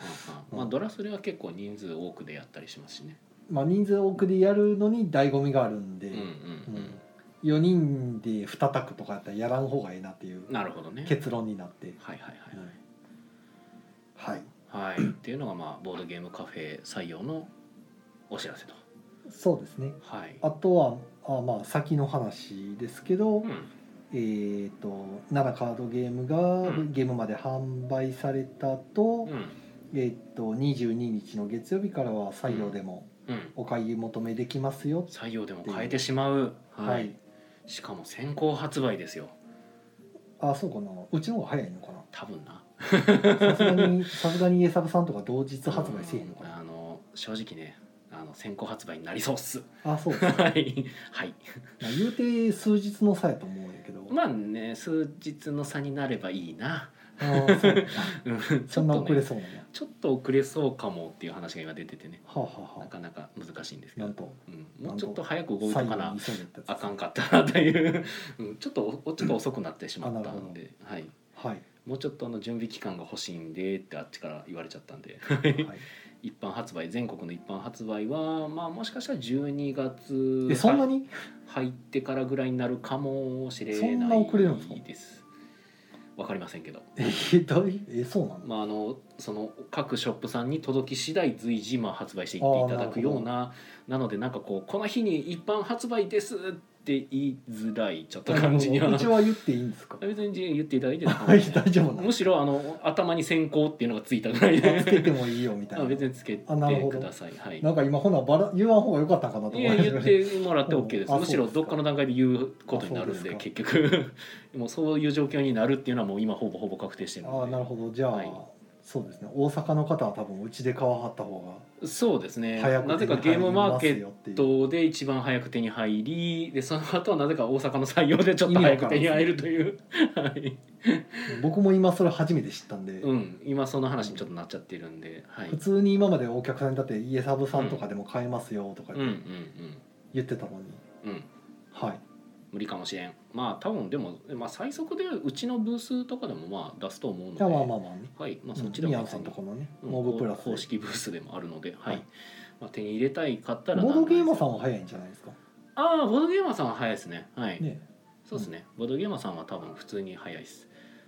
A: まあドラスレは結構人数多くでやったりしますしね。
B: まあ、人数多くでやるのに醍醐味があるんで、
A: うんうん
B: 4人で2択とかやったらやらん方がいいなっていう
A: うん。なるほどね。
B: 結論になって、
A: はいはいはいは
B: はい
A: い。はいっていうのがまあボードゲームカフェ採用のお知らせと。
B: そうですね
A: はい。
B: あとはあまあ先の話ですけど、
A: うん
B: えっ、と奈良カードゲームが
A: うん
B: ゲームまで販売されたと,、
A: うん
B: えっと22日の月曜日からは採用でも
A: うん。
B: お買い求めできますよ、
A: 採用でも変えてしまう。
B: は
A: はいい。しかも先行発売ですよ。
B: あそうかなうちの方が早いのか
A: 多分な。
B: なさすがにさすがにエサブさんとか同日発売せえへんのかな
A: あの正直ね、あの先行発売になりそうっす。
B: あそうですね、
A: はいはい。
B: まあ、言うて数日の差やと思うんやけど、
A: まあね数日の差になればいいな。
B: あーそうなんや
A: うんちょっとね
B: そんな遅れそうなんや、
A: ちょっと遅れそうかもっていう話が今出ててね
B: はあ、はあ
A: な
B: は
A: かなか難しいんですけ
B: あ、な
A: ど
B: ん、と
A: うん、もうちょっと早く動い
B: 最
A: と
B: 後
A: か
B: に
A: な
B: 急いでったやつ
A: あかんかったなという、 うん、ちょっとおおちょっと遅くなってしまった
B: あなる
A: ん
B: ほど
A: で、はい、
B: はい、
A: もうちょっとあの準備期間が欲しいんでってあっちから言われちゃったんで
B: はい、
A: 一般発売全国の一般発売はまあもしかしたら12月
B: えそんなに
A: 入ってからぐらいになるかもしれない
B: そんな遅れるんですか
A: ですわかりませんけど
B: えーどういうえそうなの、
A: まあ、あのその各ショップさんに届き次第随時まあ発売していっていただくようななのでなんかこうこの日に一般発売ですって言いづらいちょっと感じには
B: うちは言っていいんですか
A: 別に言っていただいて
B: はい
A: です
B: 大丈夫なの
A: むしろあの頭に先行っていうのがついたぐらい
B: つけ
A: で
B: てもいいよみたい
A: あ
B: な
A: 別につけて
B: あなるほど
A: くださいはい
B: なんか今ほなバラ言わん方が良かったんかなと
A: い
B: 思
A: や
B: い
A: 言っ
B: まして
A: もらって OK です
B: あ
A: むしろ
B: そうですか
A: どっかの段階で言うことになるんで
B: あそう
A: 結 局もうそういう状況になるっていうのはもう今ほぼほぼ確定してる
B: たあ
A: の
B: あ
A: で
B: なるほどじゃあ、
A: はい
B: そうですね大阪の方は多分うちで皮張った方
A: そうですね
B: が早く
A: なぜかゲームマーケットで一番早く手に入りでその後はなぜか大阪の採用でちょっと早く手に入るという、 はい
B: 僕も今それ初めて知ったんで、
A: うん、今その話にちょっとなっちゃってるんで、はい、
B: 普通に今までお客さんにだって家サブさんとかでも買えますよとか
A: うんうん
B: 言ってたのに、
A: うんうん
B: はい
A: 無理かもしれんまあ多分でも、まあ、最速でうちのブースとかでもまあ出すと思うの
B: じ
A: で
B: ゃあまあまあまあね
A: はいまあ、そっちで
B: 宮
A: も
B: 野
A: 別
B: さん
A: に
B: とこのね
A: うん
B: モブプラス
A: 公式ブースでもあるので、はい
B: はい
A: まあ、手に入れたい買ったら
B: ボードゲーマーさ
A: ん
B: んは早いんじゃないですか
A: ああボードゲーマーさんは早いですねはい
B: ね
A: そうですね、ボードゲーマーさんは多分普通に早いです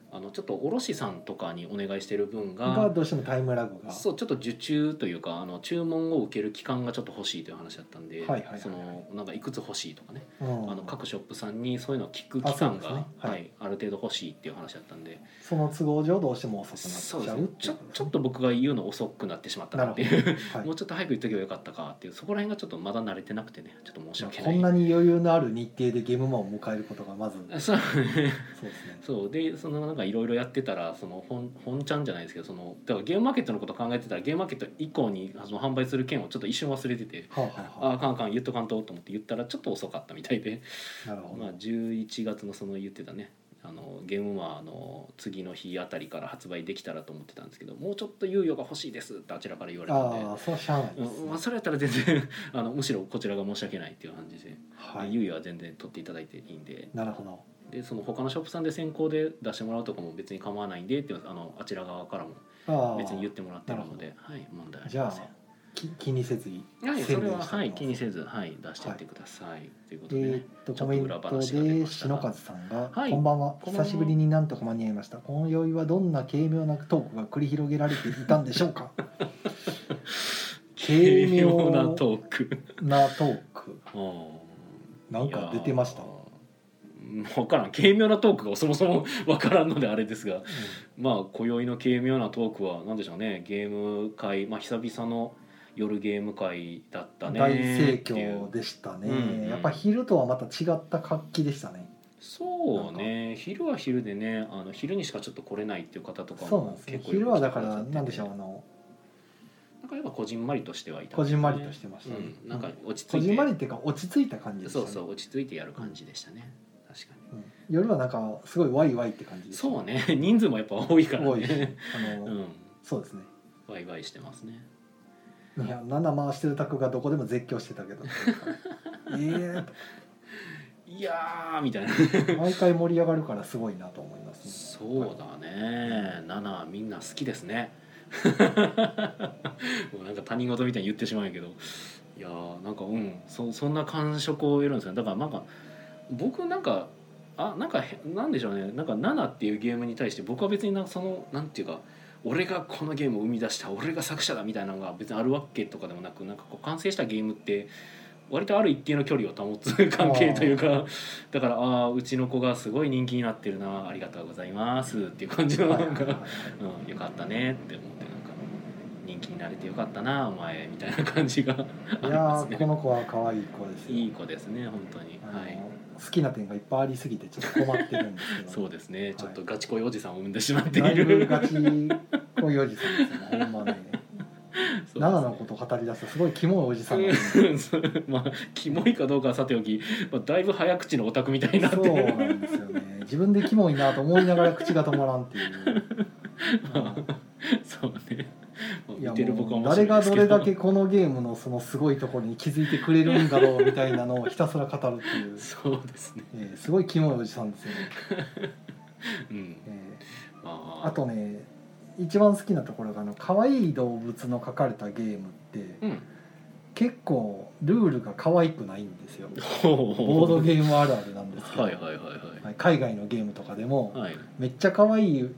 A: あのちょっと卸さんとかにお願いしてる分
B: が
A: が
B: どうしてもタイムラグが
A: そうちょっと受注というかあの注文を受ける期間がちょっと欲しいという話だったんで、
B: はいはいはいはい
A: そのなんかいくつ欲しいとかね、
B: うん
A: あの各ショップさんにそういうのを聞く
B: あ
A: 期間
B: そ
A: が、
B: うですね
A: は
B: はいい
A: ある程度欲しいっていう話だったんで
B: その都合上どうしても遅く
A: そう
B: なっ
A: です
B: ちゃう
A: ね
B: て
A: ちょ
B: いうこと
A: ちょっと僕が言うの遅くなってしまったなっていう
B: は い
A: もうちょっと早く言っとけばよかったかっていうそこら辺がちょっとまだ慣れてなくてねちょっと申し訳
B: こん
A: な。
B: ないに余裕のある日程でゲームマンを迎えることがまずそう
A: そう
B: ですね
A: そうでそのなんかいろいろやってたらその本本ちゃんじゃないですけどそのだからゲームマーケットのこと考えてたらゲームマーケット以降にその販売する件をちょっと一瞬忘れてて
B: はあ、はあ
A: あ
B: は
A: あかんあかん言っとかんとと思って言ったらちょっと遅かったみたいで、
B: あ、なるほど、
A: まあ、11月のその言ってたねあのゲームはあの次の日あたりから発売できたらと思ってたんですけどもうちょっと猶予が欲しいですってあちらから言われたんで。
B: ああそうしゃあないです、
A: うん
B: ね
A: まあ、それやったら全然 あのむしろこちらが申し訳ないっていう感じで、
B: は
A: で
B: い
A: 猶予は全然取っていただいていいんで
B: なるほど
A: でその他のショップさんで先行で出してもらうとかも別に構わないんでっていうあのあちら側からも
B: ああ
A: 別に言ってもらってるのではい問題あり
B: じゃ
A: ません
B: あき気にせずに
A: はい、それは、
B: してお
A: は
B: き
A: い、
B: ます
A: 気にせず、はい、出していってください、ということで、
B: え
A: ね、
B: ーっと
A: ちょ
B: コ
A: っ
B: メ
A: と
B: ン
A: 裏
B: ト
A: 話が出
B: で
A: ました
B: 篠
A: が
B: 和さんが、
A: はい
B: こんばんは
A: こんばんは
B: 久しぶりになんとか間に合いましたこの宵はどんな軽妙なトークが繰り広げられていたんでしょうか
A: 軽妙なトーク
B: なトーク
A: うん
B: なんか出てました
A: いやーうんわからん軽妙なトークがそもそもわからんのであれですがまあ今宵の軽妙なトークは何でしょうねゲーム会、まあ、久々の夜ゲーム会だった
B: うん
A: ね
B: 大盛
A: っていう
B: 況でしたね、
A: うんうん
B: やっぱ昼とはまた違った活気でしたね
A: そうね昼は昼でねあの昼にしかちょっと来れないっていう方とか
B: そうなんですね昼はだからなんでしょうあ
A: ね
B: の
A: なんかやっぱこじんまりとしてはいた、
B: こじんまりとしてましたね
A: うん、なんか落ち着
B: こ
A: い
B: じ
A: て
B: んまりっていうか落ち着いた感じでした
A: そ
B: ね
A: うそう落ち着いてやる感じでしたね、確か
B: うん夜はなんかすごいワイワイって感じ
A: に
B: でした
A: そうね 人数もやっぱ多いから
B: 多い
A: ね
B: あの、
A: うん
B: そうですね
A: ワイワイしてますね
B: いや7回してるタクがどこでも絶叫してたけ どえ
A: いやーみたいな
B: えと毎回盛り上がるからすごいなと思います
A: そうだね、ナナみんな好きですね。もうなんか他人事みたいに言ってしまうんやけど、いやーなんかうん、そそんな感触を得るんですよ。だからなんか僕なんかあなんかへなんでしょうね、なんかナナっていうゲームに対して僕は別になんかそのなんていうか。俺がこのゲームを生み出した俺が作者だみたいなのが別にあるわけとかでもなくなんかこう完成したゲームって割とある一定の距離を保つ関係というかだからああうちの子がすごい人気になってるなありがとうございますっていう感じ の
B: は
A: ない
B: はい
A: ん
B: はいはい
A: か、うん、よかったねって思ってなんか人気になれてよかったなお前みたいな感じがあ
B: い
A: り
B: や
A: ます
B: ーこ
A: ね。
B: の子は可愛い子ですよ
A: いい子ですね本当に
B: あの
A: はい。
B: 好きな点がいっぱいありすぎてちょっと困ってるんですけど
A: そうですね、
B: い
A: ちょっとガチ恋おじさんを生んでしまってい
B: だいぶ
A: る
B: ガチ小よじさんですね ほんまね奈良のこと語り出すとすごいキモいおじさんがいる
A: うんそう まあキモいかどうかはさておき、まあ、だいぶ早口のオタクみたいになって
B: そうなんですよね自分でキモいなと思いながら口が止まらんっていう
A: そうね、まあ
B: いや
A: 見てる僕は
B: もう
A: 面白
B: 誰
A: いで
B: が
A: す
B: ど
A: け
B: れだけこのゲームのそのすごいところに気づいてくれるんだろうみたいなのをひたすら語るってい う、
A: そうですね、
B: えーすごいキモいおじさんですよね、
A: うん
B: え
A: ま
B: ーあとね一番好きなところがあの可愛い動物の書かれたゲームって
A: うん
B: 結構ルールが可愛くないんです よボ
A: ボ
B: ードゲ
A: ー
B: ームあるあるなんですけど、
A: はいはいはいは
B: はい海外のゲームとかでも、
A: いはい
B: めっちゃ可愛い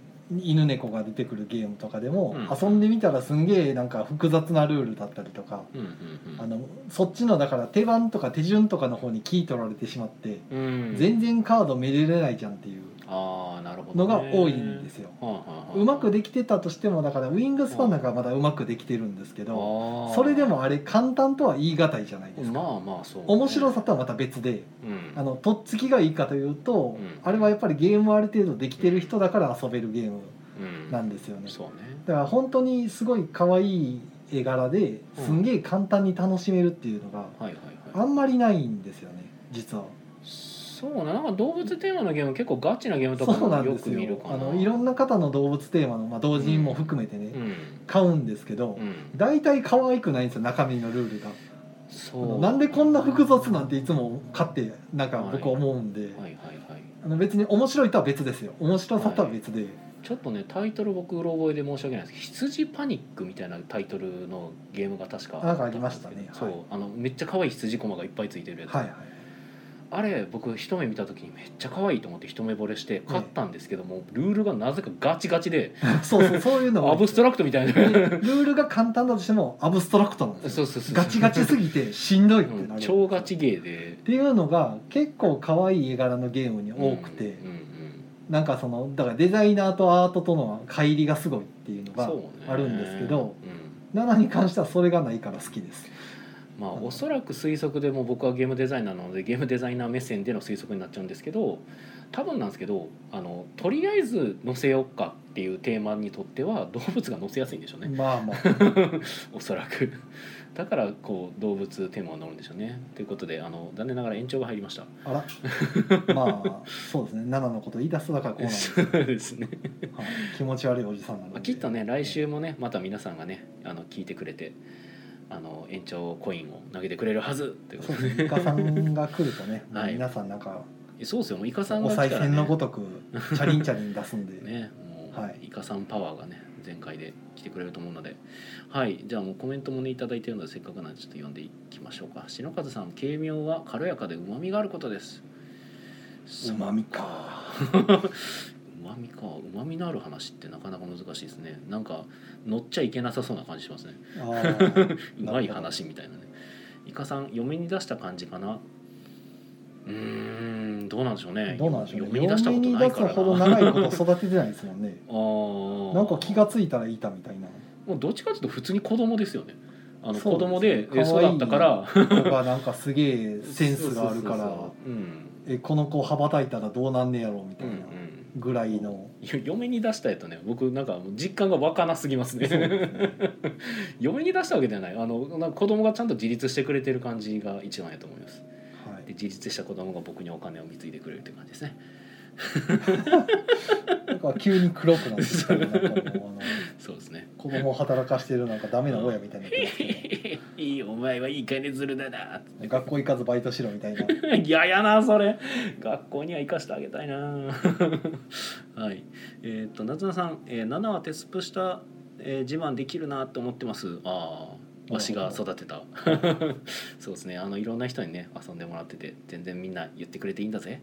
B: 犬猫が出てくるゲームとかでも、
A: うん
B: 遊んでみたらすんげえなんか複雑なルールだったりとか、
A: うん
B: あのそっちのだから手番とか手順とかの方に聞い取られてしまって、
A: うんうんうん
B: 全然カードめでれないじゃんっていう
A: ああなるほど
B: の
A: ね
B: が多いんですよ。
A: はあはあはあ
B: うまくできてたとしてもだからウィングスパンなんかはまだうまくできてるんですけ
A: あ
B: ど
A: ー
B: それでもあれ簡単とは言い難いじゃないですか。
A: まあまあそうね
B: 面白さとはまた別で
A: うん
B: あのとっつきがいいかというと、
A: うん
B: あれはやっぱりゲームある程度できてる人だから遊べるゲーム
A: うん
B: なんですよね。
A: そうね
B: だから本当にすごい可愛い絵柄ですんげえ簡単に楽しめるっていうのが
A: はいはい
B: あ
A: はい
B: んまりないんですよね実は
A: そうねなんか動物テーマのゲーム結構ガチなゲームとか
B: そう
A: も
B: なん
A: よ
B: です
A: く見る
B: よ
A: かな
B: あのいろんな方の動物テーマの、まあ、同人も含めてね、
A: うん、
B: 買うんですけど、
A: うん、
B: 大体可愛くないんですよ中身のルールが、あ
A: そ
B: の
A: う
B: なんでこんな複雑なんていつも買ってなんか僕
A: はい
B: 思うんで、
A: はいはいはい
B: あの別に面白いとは別ですよ面白さとは別で、
A: ちょっとねタイトル僕うろ覚えで申し訳ないですけど羊パニックみたいなタイトルのゲームが確か
B: なんかありましたね
A: そう、
B: はい
A: あのめっちゃ可愛い羊駒がいっぱいついてるやつ、
B: はいはい
A: あれ僕一目見た時にめっちゃ可愛いと思って一目惚れして買ったんですけども、ルールがなぜかガチガチで
B: そうそうそういうのが
A: アブストラクトみたい な
B: でルールが簡単だとしてもアブストラクトなんです
A: そう
B: よ
A: そうそう
B: ガチガチすぎてしんどいって
A: う
B: なる、
A: ん超ガチゲーで
B: っていうのが結構可愛い絵柄のゲームに多くて、
A: うんうん
B: なんかそのだからデザイナーとアートとの乖離がすごいっていうの
A: うん
B: が
A: そうね
B: あるんですけど、
A: うん
B: 7に関してはそれがないから好きです
A: まあおそらく推測でもう僕はゲームデザイナーなのでゲームデザイナー目線での推測になっちゃうんですけど多分なんですけどあのとりあえず載せよっかっていうテーマにとっては動物が載せやすいんでしょうね
B: まあまあ
A: おそらくだからこう動物テーマを乗るんでしょうねということであの残念ながら延長が入りました
B: あらまあそうですね7のこと言い出すだからこうなんです、
A: そうですね、
B: はい、気持ち悪いおじさんなの
A: ま
B: で
A: あ、きっとね来週もねまた皆さんがねあの聞いてくれてあの延長コインを投げてくれるはずというこ
B: そう
A: と
B: ですねイカさんが来るとね、
A: はい
B: 皆さんなんか
A: でそうですよもうイカさん
B: お
A: が来た
B: 賽
A: ら
B: 銭のご
A: ね
B: とくチャリンチャリン出すんで、
A: ねもう、
B: はい
A: イカさんパワーがね全開で来てくれると思うのではいじゃあもうコメントもね頂いただいてるのでせっかくなんでちょっと読んでいきましょうか篠和さん軽妙は軽やかで旨味があることです
B: うまみか
A: うまみかうまみのある話ってなかなか難しいですねなんか乗っちゃいけなさそうな感じしますね
B: あー
A: うまい話みたいなねイカさん嫁に出した感じかなうーんどうなんでしょうね
B: どうなんでしょうね
A: 嫁に出したこと
B: 嫁に
A: ないか
B: 出す
A: ら
B: ほど長いこと育ててないですもんね
A: ああ
B: なんか気がついたらいたみたいな
A: もうどっちかというと普通に子供ですよねあの
B: そう
A: 子供で
B: ですね
A: え
B: 可愛
A: 育
B: い
A: ったから
B: 子がなんかすげえセンスがあるか
A: そうそ
B: ら
A: うそうそううん
B: えこの子羽ばたいたらどうなんねやろみた
A: う
B: い
A: んう
B: なんぐらいの、
A: よ嫁に出したやとね僕なんかもう実感がわかなすぎます ね
B: そうですね
A: 嫁に出したわけじゃないあのなんか子供がちゃんと自立してくれてる感じが一番やと思います
B: はい
A: で自立した子供が僕にお金を貢いでくれるって感じですね
B: なんか急に黒くなってきたりなんかもう あの
A: そうですね
B: 子供を働かしてるなんかダメな親みたいになってますけ
A: いいお前はいい金づるだな
B: ど学校行かずバイトしろみ たいなは い
A: ややなそれ学校には生かしてあげたいな はいえーっと夏菜さん、えー、7は鉄プした、えー自慢できるなと思ってますああわしが育てた そうですねあのいろんな人にね遊んでもらってて全然みんな言ってくれていいんだぜ、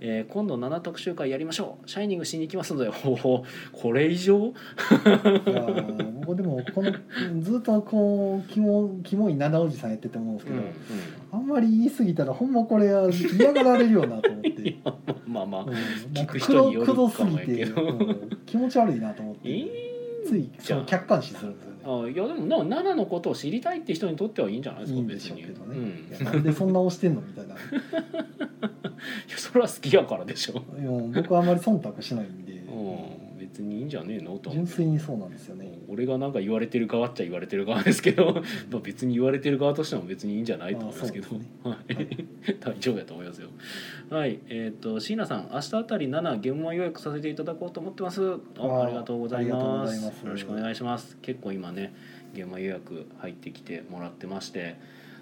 A: えー今度7特集会やりましょうシャイニングしに行きますので ほほこれ以上
B: いやー僕でもこのずっとこうキモキモい七おじさんやってて思うんですけど、あんまり言い過ぎたらほんまこれは嫌がられるよなと 思って、う
A: うんまあまあ、
B: ん、な
A: 聞
B: んか
A: く人
B: 黒
A: によ
B: く
A: るか
B: ど
A: も
B: すぎ
A: やけ
B: て、
A: ど
B: うん気持ち悪いなと思って、
A: え
B: ついその
A: じゃあ
B: 客観視するんですよね
A: あいやでもな奈良のことを知りたいって人にとってはいいんじゃないです
B: い
A: か
B: いんでしょうけどね、い
A: 別 にうん、い
B: やなんでそんな押してんのみたいな
A: やそれは好きやからでしょ、
B: でも僕はあまり忖度しないんで、
A: うん、別にいいんじゃねえのと思
B: 純
A: って
B: 粋にそうなんですよね、
A: 俺がなんか言われてる側っちゃ言われてる側ですけ どまあ別に言われてる側としても別にいいんじゃないと思いますけど
B: あそうですね
A: はい、大丈夫やと思いますよはいえっ、と椎名さん明日あたり7現場予約させていただこうと思ってますあ
B: あ
A: ありがとうございま
B: あ
A: す
B: りがとうございます
A: よろしくお願いします結構今ね現場予約入ってきてもらってまして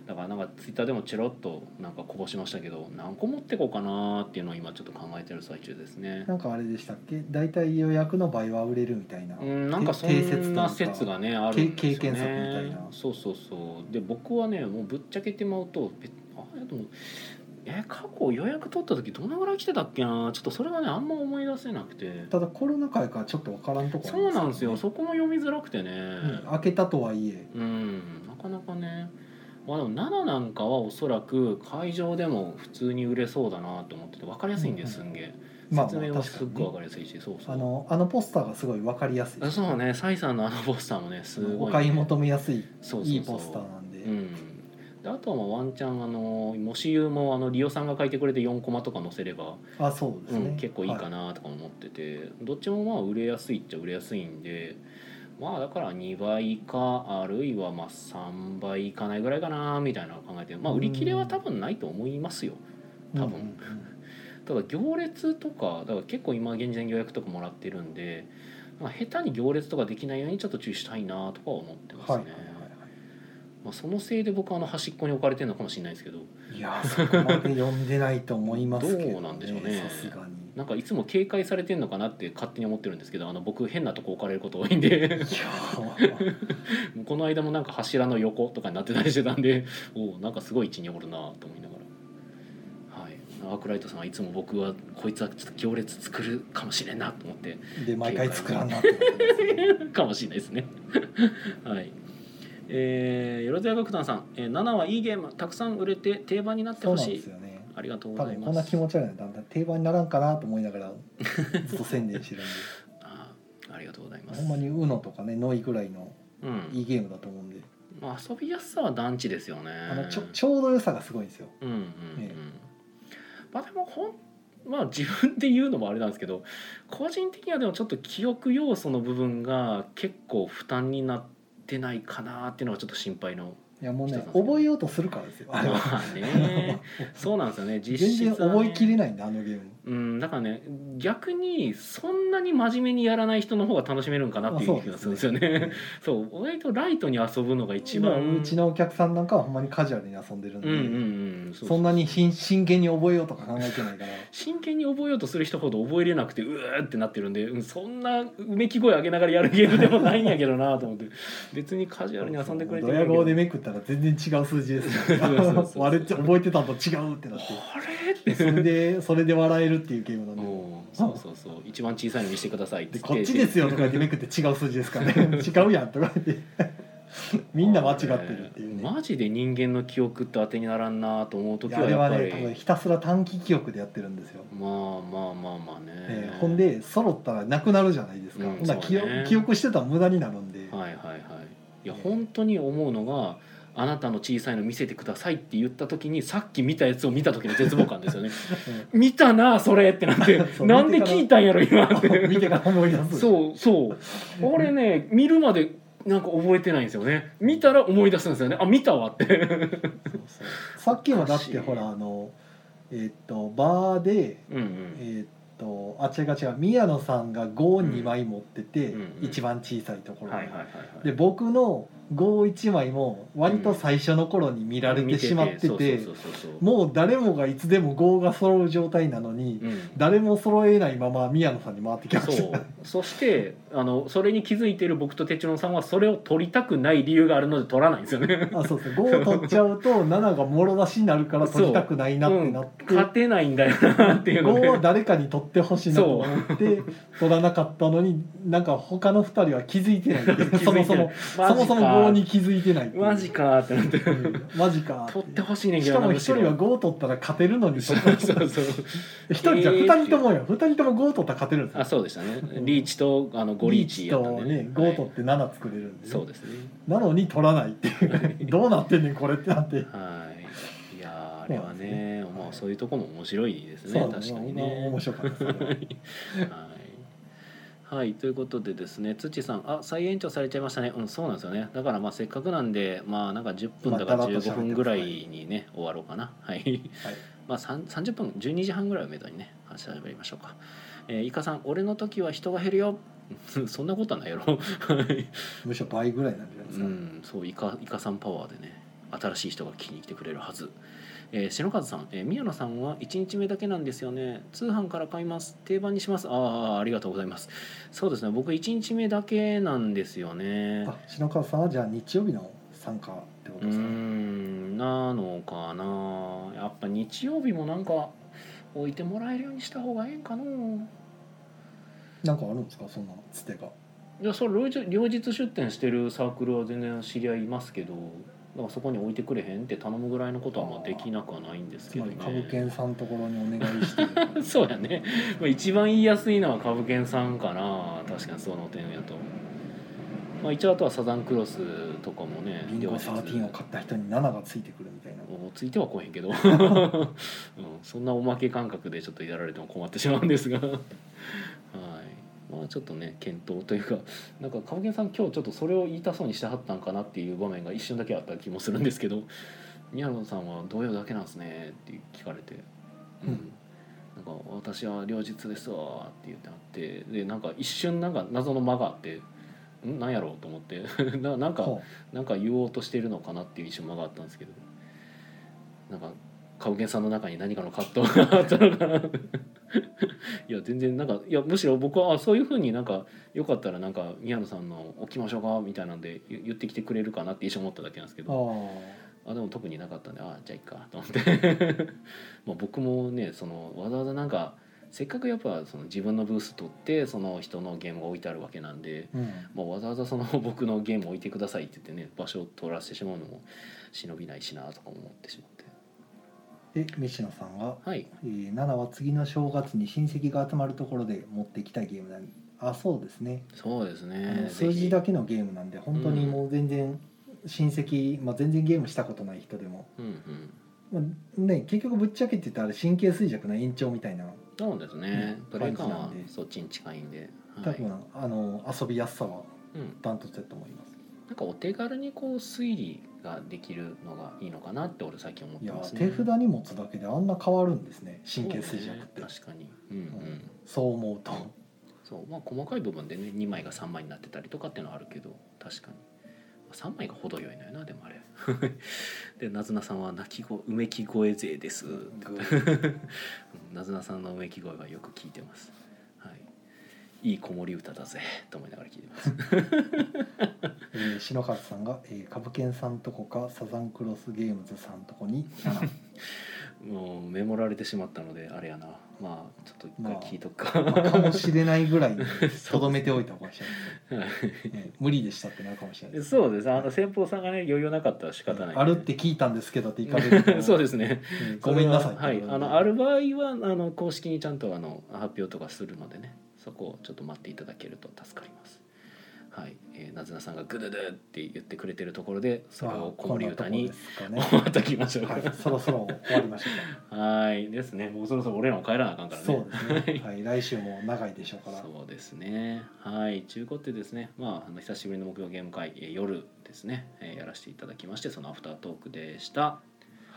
A: だからなんかツイッターでもちらっとなんかこぼしましたけど何個持ってこうかなーっていうのを今ちょっと考えてる最中ですね
B: なんかあれでしたっけ大体予約の倍は売れるみたいな、
A: うん、なんかそんな説がねあるんです
B: 経
A: よ
B: 験則みたい
A: ね
B: な
A: そうそうそうで僕はねもうぶっちゃけてまうとべあでもえ過去予約取った時どのぐらい来てたっけなちょっとそれがねあんま思い出せなくて
B: ただコロナ禍やからちょっとわからんとこあり
A: そうなんですよ
B: ね
A: そこも読みづらくてね
B: うん開けたとはいえ
A: うん、なかなかねまあでも7なんかはおそらく会場でも普通に売れそうだなと思ってて分かりやすいんです、
B: うん
A: すんげえ
B: まあ
A: 説明
B: まあ
A: は
B: 確
A: す
B: か
A: っ
B: に
A: ごい分か
B: ね
A: りやすいしそうそ
B: あ
A: う
B: のあのポスターがすごいわかりやすい
A: あそうねサイさんのあのポスターもねすごいね、
B: お買い求めやすい
A: そうそうそう
B: いいポスターなんで
A: うん、であとはまあワンチャンあのもし言うもあのリオさんが書いてくれて4コマとか載せれば、
B: あそうです
A: う
B: ね
A: ん、結構いいか
B: は
A: なとか思ってて、どっちもまあ売れやすいっちゃ売れやすいんでまあだから2倍かあるいはまあ3倍いかないぐらいかなみたいなのを考えてまあ売り切れは多分ないと思いますよ多分、ただ行列とかだから結構今現時点予約とかもらってるんでなんか下手に行列とかできないようにちょっと注意したいなとかは思ってますね、
B: はいはいは
A: まあ、そのせいで僕はあの端っこに置かれてるのかもしれないですけど
B: いいやそこまで読んでないと思いますけど、ね、
A: どうなんでしょうね
B: さすがに
A: なんかいつも警戒されてるのかなって勝手に思ってるんですけどあの僕変なとこ置かれること多いんで
B: いや
A: この間もなんか柱の横とかになってたりしてたんで おおなんかすごい位置におるなと思いながらはいアークライトさんはいつも僕はこいつはちょっと行列作るかもしれんなと思って
B: ーで毎回作らんなってことですね
A: かもしれないですね。 はい。えー、よろずや楽団さん、えー、7はいいゲームたくさん売れて定番になって
B: そう
A: ほ
B: なん
A: し
B: で
A: い
B: す。よね
A: ありがとうご
B: 多
A: ざい
B: 分
A: ま
B: こんな気
A: す。
B: 持ち悪いのだんだん定番にならんかなと思いながらずっと宣伝してるん
A: あー、ありがとうございま。
B: です ほんまに UNO とかねノイぐらいの
A: うん。
B: いいゲームだと思うんで
A: まあ遊びやすさは団地ですよね。
B: あのちょちょうど良さがすごいんですよ
A: うんうんうん。
B: ね
A: まあでもほん。まあ自分で言うのもあれなんですけど個人的にはでもちょっと記憶要素の部分が結構負担になってないかなっていうのがちょっと心配の
B: いやもうね
A: そうそうそう
B: 覚えようとするからですよあれは
A: まあ ねそうなんですよね実
B: 全
A: 質は
B: 然
A: ね
B: 覚えきれないんだあのゲー ム
A: うん、だからね逆にそんなに真面目にやらない人の方が楽しめるんかなっていう気がするんですよね。そう割とライトに遊ぶのが一
B: 一番、
A: 番
B: うちのお客さんなんかはほんまにカジュアルに遊んでるんで、
A: うんうんうん、そ
B: そん
A: な
B: なに真真剣に覚えようとか考えてないから
A: 真剣に覚えようとする人ほど覚えれなくてうーってなってるんで、うん、そんなうめき声上げながらやるゲームでもないんやけどなと 思って別にカジュアルに遊んでくれて
B: ド
A: るけ
B: ヤ顔
A: ど
B: でめくったら全然違う数字ですね
A: そうそうそうそう
B: あれって覚えてたんと違うってなっ
A: あれって
B: てそれでそれで笑えるっていうゲームなんで
A: もうそうそうそう一番小さいのにしてくださいっつ
B: で
A: って
B: こっちですよとか言ってめくって違う数字ですからね違うやんとか言ってみんな間違ってるっていうね
A: マジで人間の記憶って当てにならんなと思う
B: い
A: 時
B: やあ
A: は
B: れ
A: や
B: は
A: っぱ
B: ね
A: り
B: 多分ひたすら短期記憶でやってるんですよ、
A: まあまあまあまあね、
B: えーほんで揃ったらなくなるじゃないですか、
A: うん
B: ほんなら
A: そう
B: 記
A: ね
B: 憶記憶してたら無駄になるんで、
A: はいはいはいいや
B: ええ
A: 本当に思うのがあなたの小さいの見せてくださいって言った時にさっき見たやつを見た時の絶望感ですよね見たなそれってなって
B: そう
A: なんで聞いたんやろ今っ
B: うん 見て
A: て
B: から思い出す
A: そうそう俺ね見るまでなんか覚えてないんですよね見たら思い出すんですよねあ見たわって
B: そうそうさっきはだってほらあのえーっとバーで
A: うんうん
B: えーっとあ違う違う宮野さんが52枚持ってて、
A: うんうん
B: 一番小さいところに、
A: はいはいはいはい
B: で僕の51枚も割と最初の頃に見られてしまって
A: 見
B: て
A: そうそうそうそう
B: もう誰もがいつでも5が揃う状態なのに
A: うん
B: 誰も揃えないまま宮野さんに回ってきま
A: そ
B: した
A: うそしてあのそれに気づいている僕と哲郎さんはそれを取りたくない理由があるので取らないんですよね
B: あそうそう5を取っちゃうと7がもろ出しになるから取りたくないなってなって、
A: 勝てないんだよなっていうの
B: 5は
A: で
B: 誰かに取ってほしいなと思って 取らなかったのになんか他の2人は気づいてないっていう
A: 気
B: そ
A: づ
B: も
A: い
B: そ
A: てない
B: もそもそも5に気づいてないっていう
A: マジかってなって
B: うんマジか
A: 取ってほしいねんけ
B: し
A: ど
B: か
A: な
B: も1人は5取ったら勝てるのに
A: そ
B: そう1
A: そうそう
B: 人じゃ2人ともよ2人とも5取ったら勝てるんですよ
A: あそうでしたねリーチとあの5リーチやったんで
B: リー
A: ね
B: チとね5
A: は
B: 取
A: い
B: って7作れるんでね
A: そうですね
B: なのに取らないって いうどうなってんねんこれってなって
A: はいいやーあれは
B: そうなん
A: ね
B: ね
A: ま
B: は
A: あ
B: い
A: そういうとこも面白いですね
B: そう
A: 確かにね
B: 面白かったですね
A: はい、はい、ということでですね土さんあ再延長されちゃいましたねうんそうなんですよねだからまあせっかくなんでまあなんか10分だか
B: まあだらっと喋っ
A: 15
B: てます
A: 分ぐらいにね終わろうかなはい
B: はい
A: まあ3 30分12時半ぐらいをめどにね話しりましょうかえー、イカさん俺の時は人が減るよ そんなことはないやろはい
B: むしろ倍ぐらいなんじゃないで
A: う
B: すか、
A: んそうイカイカさんパワーでね新しい人が聞きに来てくれるはずえー、篠和さん、えー、宮野さんは1日目だけなんですよね通販から買います定番にしますああありがとうございますそうですね僕1日目だけなんですよね
B: あ篠川さんはじゃあ日曜日の参加ってこ
A: う
B: と
A: ー
B: ですか、ね
A: んなのかなやっぱ日曜日もなんか置いてもらえるようにした方がええんかの
B: なんかあるんですかそんなつてが
A: いやそれ両日両日出店してるサークルは全然知り合いいますけどだからそこに置いてくれへんって頼むぐらいのことはまあできなくはないんです
B: つ
A: けど
B: まり
A: ね
B: 株券さんのところにお願いして る
A: そうやね、まあ、一番言いやすいのは株券さんかな確かにその点やと、まあ、一応あとはサザンクロスとかもね
B: ビンゴ13を買った人に7がついてくるみたいな
A: おついてはこへん けど、うん、そんなおまけ感覚でちょっとやられても困ってしまうんですがはいまあちょっとね検討というかなんか株券さん今日ちょっとそれを言いたそうにしてはったんかなっていう場面が一瞬だけあった気もするんですけど「宮野さんは同様だけなんですね」って聞かれて「うん」
B: うん
A: なんか「私は両日ですわ」って言ってあってでなんか一瞬なんか謎の間があって「んなんやろ?」うと思って ななんか
B: ほ
A: なんか言おうとしているのかなっていう一瞬間があったんですけどなんか株券さんの中に何かの葛藤があったのかないや全然なんかいやむしろ僕はあそういうふうになんかよかったらなんか宮野さんの「置きましょうか」みたいなんで言言ってきてくれるかなって一瞬思っただけなんですけ
B: う
A: ど
B: あ
A: あでも特になかったんであじゃあいっかと思って まあ僕もねそのわざわざなんかせっかくやっぱその自分のブース取ってその人のゲームが置いてあるわけなんで。
B: あうん
A: まあ、わざわざその 僕のゲームを置いてくださいって言ってね場所を取らせてしまうのも忍びないしなとか思ってしまって
B: で西野さんが
A: はい
B: えー「7は次の正月に親戚が集まるところで持ってきたゲームだ」あそうですね、
A: そうです
B: あの
A: ね
B: 数字
A: だ
B: だけのゲームなんで本当にもう全然親戚、まあ、全然ゲームしたことない人でも、
A: うんうん
B: まあね、結局ぶっちゃけて言ったら神経衰弱の延長みたいな
A: そうですね
B: うん
A: プレイ感
B: 感
A: は
B: じなんで
A: そっちに近いんで、は
B: 多
A: い
B: 分、あの遊びやすさは
A: うん、
B: ダントツだと思います。
A: なんかお手軽にこう推理ができるのがいいのかなって俺最近思っ
B: い
A: て
B: や
A: ます
B: ー
A: ね
B: 手札に持つだけであんな変わるんですね神経衰弱って
A: そうね確かにうんうん、
B: うんそう思うと
A: そうまあ細かい部分でね2枚が3枚になってたりとかっていうのはあるけど確かに3枚が程よいのよなでもあれ でなずなさんは泣き声うめき声勢ですうんなずなさんのうめき声はよく聞いてますはいいい子守歌だぜと思いながら聞いてます
B: えー篠原さんが「えー、株券さんとこかサザンクロスゲームズさんとこに7」
A: もうメモられてしまったのであれやなまあちょっと一回聞いとくか、
B: まあかもしれないぐらいにとどめておいた方がいいですね、無理でしたってなるかもしれないで す
A: そうですあの先方さんがね余裕なかったら仕方ないんで
B: あるって聞いたんですけどって言かれる と
A: そうですね
B: うんごめんなさいって
A: はい、あのある場合はあの公式にちゃんとあの発表とかするのでねそこをちょっと待っていただけると助かりますはい、えー、なずなさんが「ぐるぐるって言ってくれてるところでそれを子守歌に
B: こん なとこ
A: 終わっときましょう
B: ですか
A: か
B: ね、はい、そろそろ終わりましょ
A: はいですねもうそ ろそろ俺らも帰らなあかん
B: う
A: か
B: からら
A: ね
B: そうですね、はい、来週も長いでしょうから
A: そうですねはい中古ってですねまああの久しぶりの木曜ゲーム会、えー夜ですね、えーやらせていただきましてそのアフタートークでした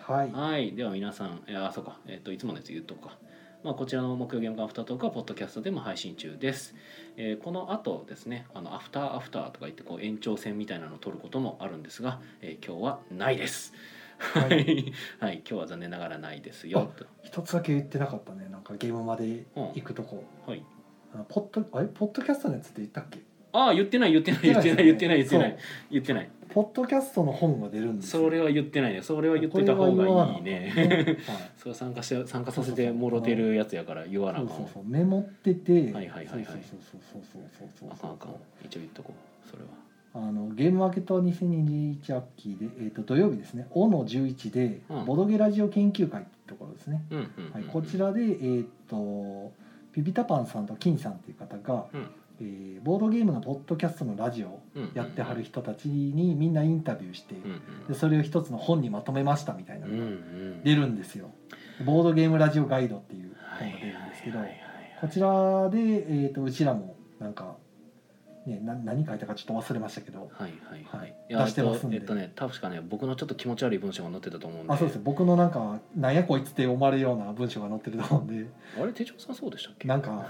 B: はい
A: はい、では皆さん、えーあ、そうか、えっ、と、いつものやつ言うとこか。まあ、こちらの木曜ゲームカンアフタートークは、ポッドキャストでも配信中です。えーこの後ですね、あの、アフターアフターとか言って、こう、延長戦みたいなのを取ることもあるんですが、えー今日はないです。は
B: はい
A: い、 はい、今日は残念ながらないですよ。と
B: 一つだけ言ってなかったねなんかゲームまで行くとこ、
A: はい。
B: あのポッドあれポッドキャストのやつって言ったっけ
A: ああ、言ってない、言ってない、言ってない、言ってない、言ってない
B: そ、
A: 言ってない。
B: うポッドキャストの本が出るんですよ
A: それは言ってないね。それは言ってた方がいい
B: これは言わな
A: ね。
B: かったはい
A: それは参加して、参加させてもろてるやつやから、言わなあ
B: そ
A: か
B: うん
A: わ
B: そうそうメモってて
A: はいはいはいはい
B: そうそうそうそうそうそうそう
A: あかんあかん一応言っとこうそれは
B: あのゲームマーケット2021秋で、えー、と土曜日ですね「お」の11で、
A: うん
B: ボドゲラジオ研究会ってところですね、
A: うんうんうん、
B: はい、こちらでえっ、とピピタパンさんと金さんっていう方が、
A: うん
B: えーボードゲームのポッドキャストのラジオをやってはる人たちにみんなインタビューして、
A: うん
B: でそれを一つの本にまとめましたみたいな
A: う
B: の
A: んう
B: が
A: ん
B: 出るんですよ、ボードゲームラジオガイドっていう本が出るんですけど、こちらで、えー、とうちらもなんか、ね、な何書いたかちょっと忘れましたけど、
A: はいはいはい、
B: はい
A: いや
B: 出してますんで
A: えっとえっとね確かね僕のちょっと気持ち悪い文章が載ってたと思うんで
B: あそうです僕のなんか「なんやこいつ」って思われるような文章が載ってると思うんで
A: あれ手帳さんそうでしたっけ
B: な んか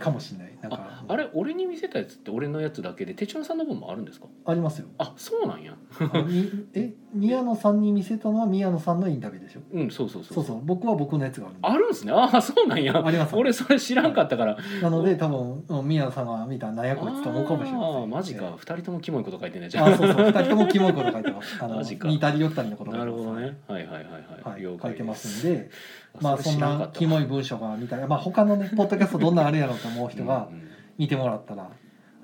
B: かもしれないなんか
A: ああれ俺に見せたやつって俺のやつだけで手帳さんの分もあるんですか
B: あります よ
A: あそうなんや
B: あのみえ宮野さんに見せたのは宮野さんのインタビューでしょ
A: うんそうそうそう
B: そうそう僕は僕のやつがあるんで
A: あるんすねああそうなんや
B: あります
A: 俺それ知らんかったから、
B: なので多分うん宮野さんが見たら「なんやこいつ」と思うかもしれま
A: あ
B: せ
A: あ
B: ん
A: マジか、
B: え
A: 二人ともキモいこと書いてんねじ
B: え
A: ゃん
B: あそうそう2人ともキモいこと書いてますあの
A: マジか
B: 似たり寄ったりのこと書い
A: な
B: て
A: る
B: ます
A: ほどねはいはいはいはい、
B: はい、
A: 了
B: 書
A: 解
B: いてますすんでまあそ
A: れ
B: ん
A: 知らか
B: な
A: った
B: キモい文章が見たら、まあ、他のねポッドキャストどんなんあるやろうと思う人が
A: うんうん
B: 見てもらったら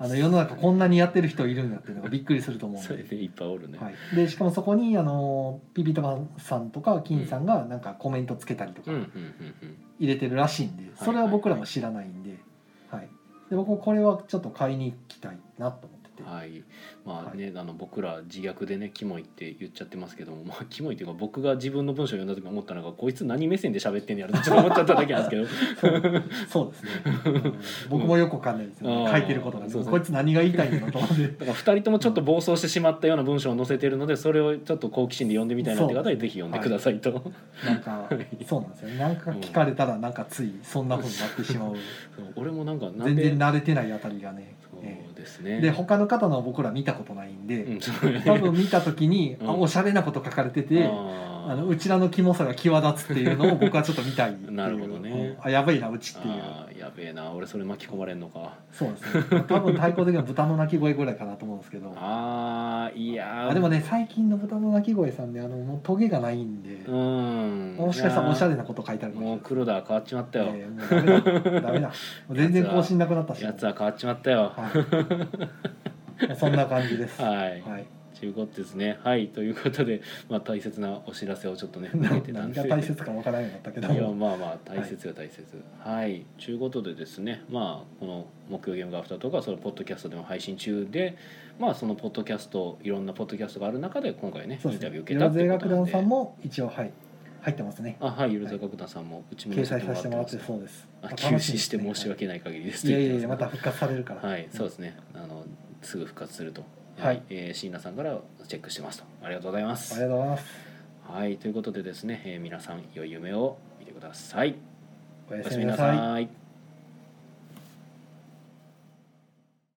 B: あの世の中こんなにやってる人いるんだっていうのがびっくりすると思うん
A: それ
B: で。
A: でいっぱいおるね、
B: はい、でしかもそこにあのピピタパンさんとか金さんがなんかコメントつけたりと
A: う
B: か
A: んうんうんうん
B: 入れてるらしいんでそれは僕らも知らないんで,、はい、で僕もこれはちょっと買いに行きたいなと思っててって、
A: はい、まあね、あの僕ら自虐でね「キモい」って言っちゃってますけども、ま あ、キモいっていうか僕が自分の文章を読んだ時思ったのがこいつ何目線で喋ってんねやろってちょっと思っちゃっただけ なんです
B: そうですね、うん僕もよくわかんないですよ、
A: あ
B: ね、
A: ー
B: 書いてることが、ね
A: そうそう
B: こいつ何が言いたいんだろうと思って
A: けどだから2人ともちょっと暴走してしまったような文章を載せてるのでそれをちょっと好奇心で読んでみたいなって方はぜひ読んでくださいと、
B: なんかそうなんですよなんか聞かれたらなんかついそんなふうになってしまう
A: そう俺もなんかなん
B: 全
A: で
B: 然慣れてないあたりがね、
A: そ
B: え
A: うです
B: え
A: ね
B: で他の方のは僕ら見たことないんで、
A: うんそうね
B: 多分見た時に、
A: うん
B: あおしゃれなこと書かれてて、
A: あー
B: あのうちらのキモさが際立つっていうのを僕はちょっと見たいっていう
A: なるほどね
B: うんあやばいなうちっていう
A: あーやべえな俺それ巻き込まれんのか
B: そうですね多分対抗的には豚の鳴き声ぐらいかなと思うんですけど
A: あーいやー
B: あでもね最近の豚の鳴き声さんねあのもうトゲがないんで、
A: うん
B: もしかした
A: い
B: ら
A: やー
B: おしゃれなこと書いてあるかもし
A: も
B: れ
A: う
B: ない
A: 黒田変わっちまったよ、
B: ええもうダメだダメだ全然更新なくなったし
A: やつは変わっちまったよ
B: はい、そんな感じです。は
A: はい
B: い。
A: ということですねはいということで、まあ、大切なお知らせをちょっとね
B: な
A: 投げてたん
B: 何
A: です
B: が
A: けど
B: 大切かわからなかったけど
A: いや
B: も。
A: まあまあ大切よ大切はいちゅうことでですねまあこの木曜ゲームがアフターとかそのポッドキャストでも配信中でまあそのポッドキャストいろんなポッドキャストがある中で今回ねイ
B: そう
A: ン
B: です
A: タビュー受
B: ね。
A: けた
B: ヨ
A: って
B: ゼ
A: いうこ
B: 楽
A: となん
B: 団
A: で
B: さんも一応はい入ってますね。
A: あはいゆるざ楽団さんもうちも
B: 掲載させてもらってそうです。
A: あ
B: 楽
A: 休止
B: みです
A: して
B: ね
A: 申し訳ない限りです
B: はいいやいやい
A: と
B: や
A: 言
B: ま
A: って
B: た
A: ます
B: 復活されるから。
A: はいそうですねあのすぐ復活すると
B: はい
A: えー椎名さんからチェックしてますとありがとうございま
B: あ
A: す
B: りがとうございます。
A: はいということでですね、えー皆さん良い夢を見てください
B: お
A: お
B: や
A: やす
B: す
A: み
B: み
A: な
B: なさい。
A: さい